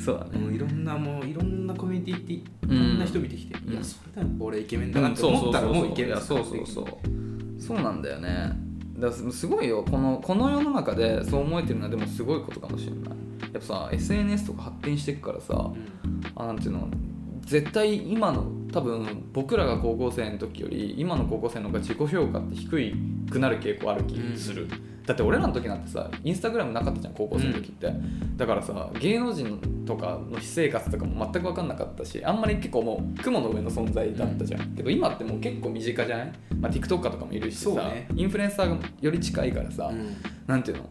Speaker 2: そうだ
Speaker 1: う。
Speaker 2: ね
Speaker 1: もういろんなもういろんなコミュニティ行って、
Speaker 2: うん
Speaker 1: いろんな人見てきて、
Speaker 2: うん
Speaker 1: いや、それだよ、俺イケメンだなって思ったらもうイケメンだ
Speaker 2: そうそうそうそうそうなんだよねだからすごいよこのこの世の中でそう思えてるのはでもすごいことかもしれないやっぱさ SNS とか発展していくからさ、
Speaker 1: うん
Speaker 2: あなんていうの絶対今の多分僕らが高校生の時より今の高校生の方が自己評価って低いくなる傾向ある気する、
Speaker 1: うん
Speaker 2: だって俺らの時なんてさインスタグラムなかったじゃん高校生の時って、だからさ芸能人とかの私生活とかも全く分かんなかったしあんまり結構もう雲の上の存在だったじゃん、けど今ってもう結構身近じゃない、まあ、TikTok とかもいるしさ、
Speaker 1: そうね
Speaker 2: インフルエンサーがより近いからさ、
Speaker 1: うん
Speaker 2: なんていうの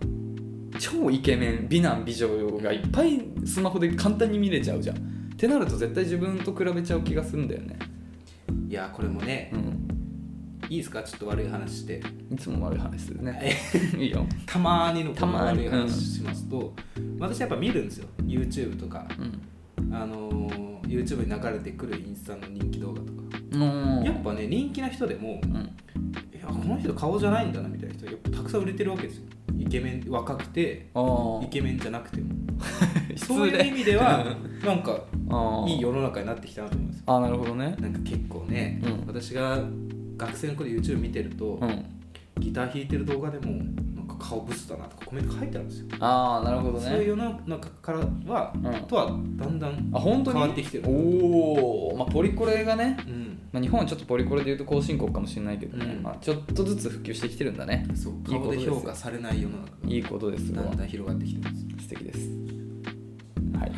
Speaker 2: 超イケメン美男美女がいっぱいスマホで簡単に見れちゃうじゃんってなると絶対自分と比べちゃう気がするんだよね
Speaker 1: いや、これもね
Speaker 2: う、ん
Speaker 1: いいですか、ちょっと悪い話して。
Speaker 2: いつも悪い話するね いいよ
Speaker 1: たまにのこ
Speaker 2: た
Speaker 1: の
Speaker 2: ま
Speaker 1: 悪
Speaker 2: に
Speaker 1: い話しますと、私やっぱ見るんですよ、YouTube とか、
Speaker 2: うん
Speaker 1: あのー YouTube に流れてくるインスタの人気動画とか。
Speaker 2: うん
Speaker 1: やっぱね、人気な人でも、
Speaker 2: うん
Speaker 1: いやこの人顔じゃないんだなみたいな人やっぱたくさん売れてるわけですよイケメン若くて
Speaker 2: あー
Speaker 1: イケメンじゃなくてもそう
Speaker 2: 失
Speaker 1: いう意
Speaker 2: 礼
Speaker 1: 味で はなんか
Speaker 2: あー
Speaker 1: いい世の中になってきたなと思います
Speaker 2: あーなるほどね
Speaker 1: なんか結構ね、
Speaker 2: うん
Speaker 1: 私が学生の頃 YouTube 見てると、
Speaker 2: うん
Speaker 1: ギター弾いてる動画でもなんか顔ブスだなとかコメント書いてあるんですよ、
Speaker 2: ああなるほど
Speaker 1: そういう
Speaker 2: ね
Speaker 1: 世の中からは、
Speaker 2: うん
Speaker 1: とはだんだん
Speaker 2: あ本当に
Speaker 1: 変わってきてる
Speaker 2: おおまあポリコレがね
Speaker 1: うん
Speaker 2: まあ、日本はちょっとポリコレでいうと後進国かもしれないけどね、
Speaker 1: うん
Speaker 2: まあ、ちょっとずつ普及してきてるんだね
Speaker 1: そう
Speaker 2: いい
Speaker 1: 顔
Speaker 2: ことで
Speaker 1: です評価されない世の中
Speaker 2: いいことですよ
Speaker 1: がだんだん広がってきてます
Speaker 2: 素敵ですはい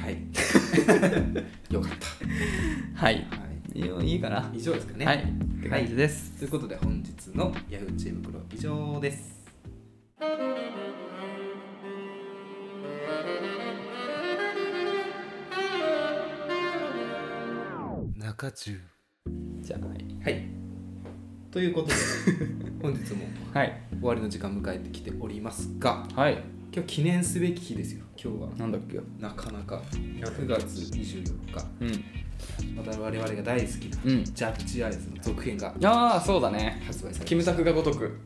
Speaker 1: は いよかっ
Speaker 2: はい
Speaker 1: た、はい
Speaker 2: いいよいいかな、
Speaker 1: 以上ですかね
Speaker 2: はいって感じです、
Speaker 1: ということで本日の Yahoo! 知恵袋以上です中中
Speaker 2: じゃあ
Speaker 1: はいということで本日も
Speaker 2: はい
Speaker 1: 終わりの時間迎えてきておりますが
Speaker 2: はい
Speaker 1: 今日記念すべき日ですよ今日は
Speaker 2: なんだっけ
Speaker 1: なかなか9月24日
Speaker 2: うん
Speaker 1: また我々が大好きな
Speaker 2: うん
Speaker 1: ジャッジアイズの続編が
Speaker 2: ああそうだね
Speaker 1: 発売され
Speaker 2: キムタクがごとく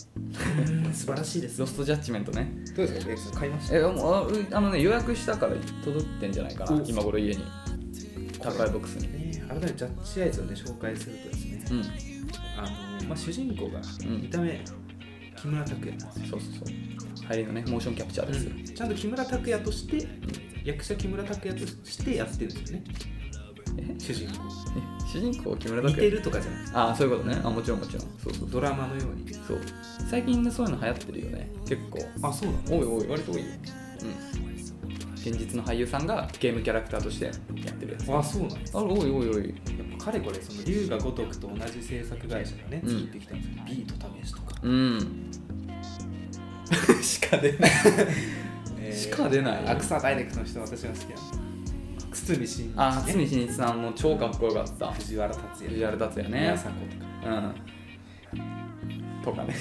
Speaker 1: た素晴らしいです
Speaker 2: ロストジャッジメントね
Speaker 1: どうですか、エクさん買いました
Speaker 2: えもうああのね予約したから届いてんじゃないか
Speaker 1: お
Speaker 2: な今頃家に宅配ボックスに
Speaker 1: ね改めてジャッジアイズをね紹介するとですね、
Speaker 2: うん
Speaker 1: あのまあ、主人公が
Speaker 2: ん
Speaker 1: 見た目、木村拓哉なんですよ、
Speaker 2: そうそうそう入りのねモーションキャプチャーですよ、
Speaker 1: ちゃんと木村拓哉として、役者木村拓哉としてやってるんですよね
Speaker 2: え
Speaker 1: 主人公
Speaker 2: え主人公木村
Speaker 1: 似
Speaker 2: 拓
Speaker 1: て
Speaker 2: 哉
Speaker 1: るとかじゃなくて
Speaker 2: ああそういうことねあもちろんもちろんそうそう
Speaker 1: ドラマのように
Speaker 2: そう最近ねそういうの流行ってるよね結構
Speaker 1: あそうだ
Speaker 2: 多い多い割と多いようん現実の俳優さんがゲームキャラクターとしてやってるやつ
Speaker 1: あそうなんです
Speaker 2: あれ多い多い多い
Speaker 1: やっぱかれこれその龍が如くと同じ制作会社がね
Speaker 2: うん
Speaker 1: 作ってきたんですよ、ビートたけしとか
Speaker 2: うん
Speaker 1: しか出 ない、
Speaker 2: しか出ない
Speaker 1: アクサダイレクトの人私が好きなんです堤真
Speaker 2: あ
Speaker 1: 一ね
Speaker 2: 堤真一さんも超かっこよかった
Speaker 1: 藤原竜也
Speaker 2: 藤原達也ね
Speaker 1: 宮迫とか
Speaker 2: うんとかね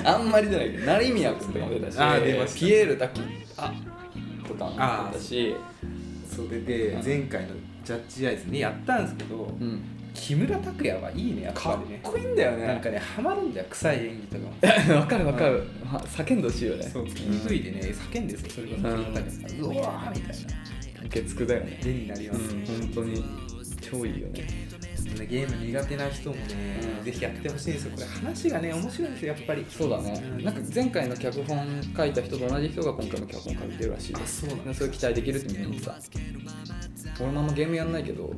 Speaker 2: あんまり出ないけど成宮君とかも出たし
Speaker 1: あー出ました
Speaker 2: ピエール滝あとかも
Speaker 1: あー
Speaker 2: 出たし
Speaker 1: それで前回のジャッジアイズねやったんですけど
Speaker 2: うん、
Speaker 1: 木村拓哉はいいねやっ
Speaker 2: か
Speaker 1: ぱ
Speaker 2: っ
Speaker 1: りね
Speaker 2: こいいんだよね
Speaker 1: なんかねハマるんだよ臭い演技とかも
Speaker 2: わかるわかる、ま叫んでほしいよね
Speaker 1: そう PV でね叫んでるんですよそれこそ木村拓哉さんうわーみたいな
Speaker 2: 月9だよね
Speaker 1: 絵になりますね、
Speaker 2: 本当に超いいよね
Speaker 1: ねゲーム苦手な人もね、
Speaker 2: うん
Speaker 1: ぜひやってほしいんですよこれ話がね面白いんですよやっぱり
Speaker 2: そうだね
Speaker 1: うん
Speaker 2: なんか前回の脚本書いた人と同じ人が今回の脚本書いてるらしい
Speaker 1: あそうなんだ
Speaker 2: それ期待できるってみんなにさ俺もあんまゲームやんないけど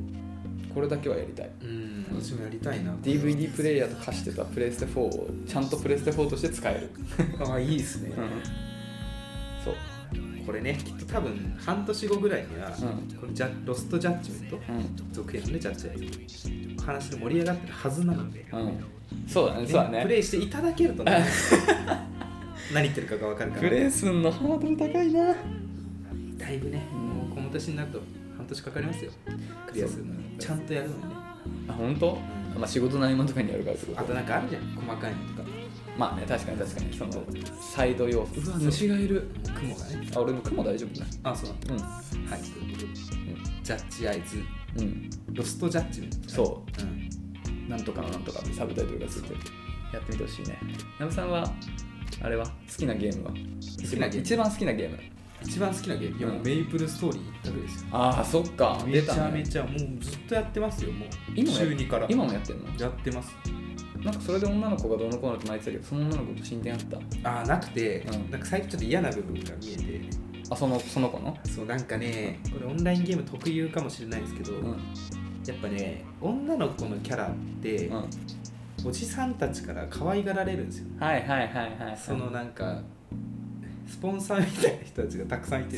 Speaker 2: これだけはやりたい
Speaker 1: うん私もやりたいな
Speaker 2: DVD プレイヤーと貸してたプレイステ4をちゃんとプレイステ4として使える、
Speaker 1: ああいいですね、
Speaker 2: そう
Speaker 1: これねきっと多分半年後ぐらいには、
Speaker 2: うん
Speaker 1: このジャロストジャッジメント
Speaker 2: う
Speaker 1: 続編のねジャッジアイズ話で盛り上がってるはずなので、
Speaker 2: ん、うん、そうだねそうだね
Speaker 1: プレイしていただけるとね何言ってるかが分かるか
Speaker 2: プ
Speaker 1: ら
Speaker 2: レイすんのハードル高いな
Speaker 1: だいぶねもうこの年になると半年かかりますよクリアするのにちゃんとやるのにね
Speaker 2: あ本当、まあ仕事の合間とかにやるからってこ
Speaker 1: あと
Speaker 2: と
Speaker 1: なんかあるじゃん細かいのとか
Speaker 2: まあね確かに確かにそのサイド要素うわ虫がいる
Speaker 1: 雲がね
Speaker 2: あ俺も雲大丈夫だ
Speaker 1: あそうなんだ
Speaker 2: う
Speaker 1: はいということでジャッジアイズ
Speaker 2: んうん
Speaker 1: ロストジャッジメント
Speaker 2: そ
Speaker 1: うん
Speaker 2: うなんとかのなんとかってサブタイトルがついてるやってみてほしいねナムさんはあれは好きなゲームは
Speaker 1: きなゲーム
Speaker 2: 一番好きなゲーム
Speaker 1: 一番好きなゲームいやもうメイプルストーリー一択ですよ
Speaker 2: ああそっか
Speaker 1: め
Speaker 2: 出
Speaker 1: ち
Speaker 2: た
Speaker 1: ゃ
Speaker 2: ね
Speaker 1: めちゃもうずっとやってますよもう
Speaker 2: 今もや
Speaker 1: 週2から
Speaker 2: 今もやってんの
Speaker 1: やってます
Speaker 2: なんかそれで女の子がどうのこうのって泣いてたけどその女の子と進展あっ
Speaker 1: ああなくて、
Speaker 2: うん
Speaker 1: なんか最近ちょっと嫌な部分が見えて
Speaker 2: たあそのその子の
Speaker 1: そうなんかねこれオンラインゲーム特有かもしれないですけど、
Speaker 2: うん
Speaker 1: やっぱね女の子のキャラって、
Speaker 2: うん
Speaker 1: おじさんたちから可愛がられるんですよ
Speaker 2: はいはいはいはい
Speaker 1: そのなんかスポンサーみたいな人たちがたくさんいて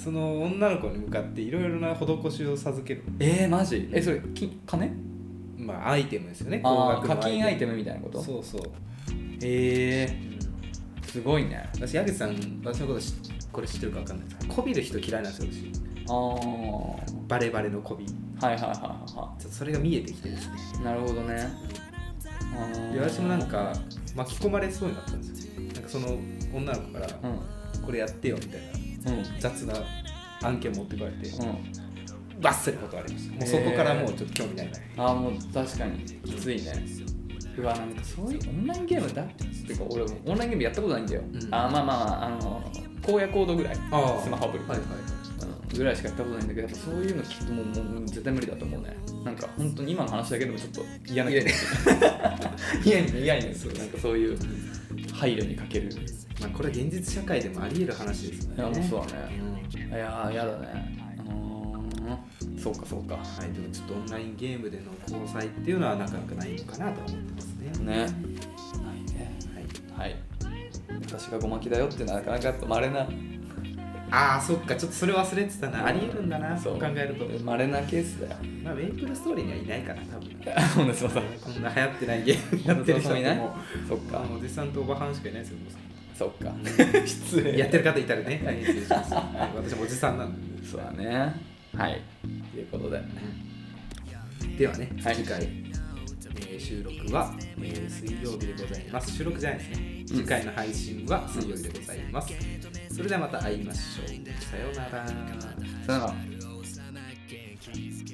Speaker 1: その女の子に向かっていろいろな施しを授ける
Speaker 2: えー、マジえそれき金
Speaker 1: まあアイテムですよね
Speaker 2: あ
Speaker 1: の
Speaker 2: ー課金アイテムみたいなこと
Speaker 1: そうそう、
Speaker 2: ええ
Speaker 1: うん
Speaker 2: ー、すごいね
Speaker 1: 私矢口さん私のこと知これ知ってるか分かんないですこびる人嫌いなんですよ私
Speaker 2: ああはい
Speaker 1: バレバレのこびちょ
Speaker 2: はいはいはいは
Speaker 1: っとそれが見えてきてですね
Speaker 2: いなるほどねあー
Speaker 1: で私もなんか巻き込まれそうになったんですよなんかその女の子から
Speaker 2: う
Speaker 1: 「
Speaker 2: ん
Speaker 1: これやってよ」みたいな
Speaker 2: うんうん
Speaker 1: 雑な案件持ってこられてバッサリ断りましたもうそこからもうちょっと興味ないな
Speaker 2: ああもう確かにきついねうわなんかそういうオンラインゲームだってか俺もオンラインゲームやったことないんだよ、
Speaker 1: うん
Speaker 2: あーまあまあまああの荒野コードぐらい
Speaker 1: あー
Speaker 2: スマホアプリ、
Speaker 1: はいはい
Speaker 2: うんぐらいしかやったことないんだけどやっぱそういうの聞くともうもうもう絶対無理だと思うねなんか本当に今の話だけでもちょっと嫌な気持ち嫌に嫌になりそうなんかそういう配慮にかけるい
Speaker 1: まあ、これは現実社会でもあり得る話ですよね
Speaker 2: やもうそうだ
Speaker 1: うん
Speaker 2: ねいやー嫌だねうーんそうかそうか
Speaker 1: はい、でもちょっとオンラインゲームでの交際っていうのはなかなかないのかなとは思ってますね。
Speaker 2: ねないね
Speaker 1: はい、
Speaker 2: はい私がごまきだよってなかなかやっぱまれな
Speaker 1: ああそっかちょっとそれ忘れてたなありえるんだなそう考えると
Speaker 2: まれなケースだよ
Speaker 1: まあメイプルストーリーにはいないから多分
Speaker 2: 小野島さん
Speaker 1: こんな流行ってないゲームやってる人
Speaker 2: 小野島さんい ない
Speaker 1: も
Speaker 2: そっか
Speaker 1: あのおじさんとおばはんしかいないですよもう
Speaker 2: そっか 失
Speaker 1: やってる方いたらね、大変失礼しますはい私もおじさんなんで
Speaker 2: そうだねはいということで
Speaker 1: ではね、
Speaker 2: はい
Speaker 1: 次回、えー収録は、えー水曜日でございます収録じゃないですね次回の配信は水曜日でございます、それではまた会いましょうさようなら
Speaker 2: さよなら
Speaker 3: 元気づけ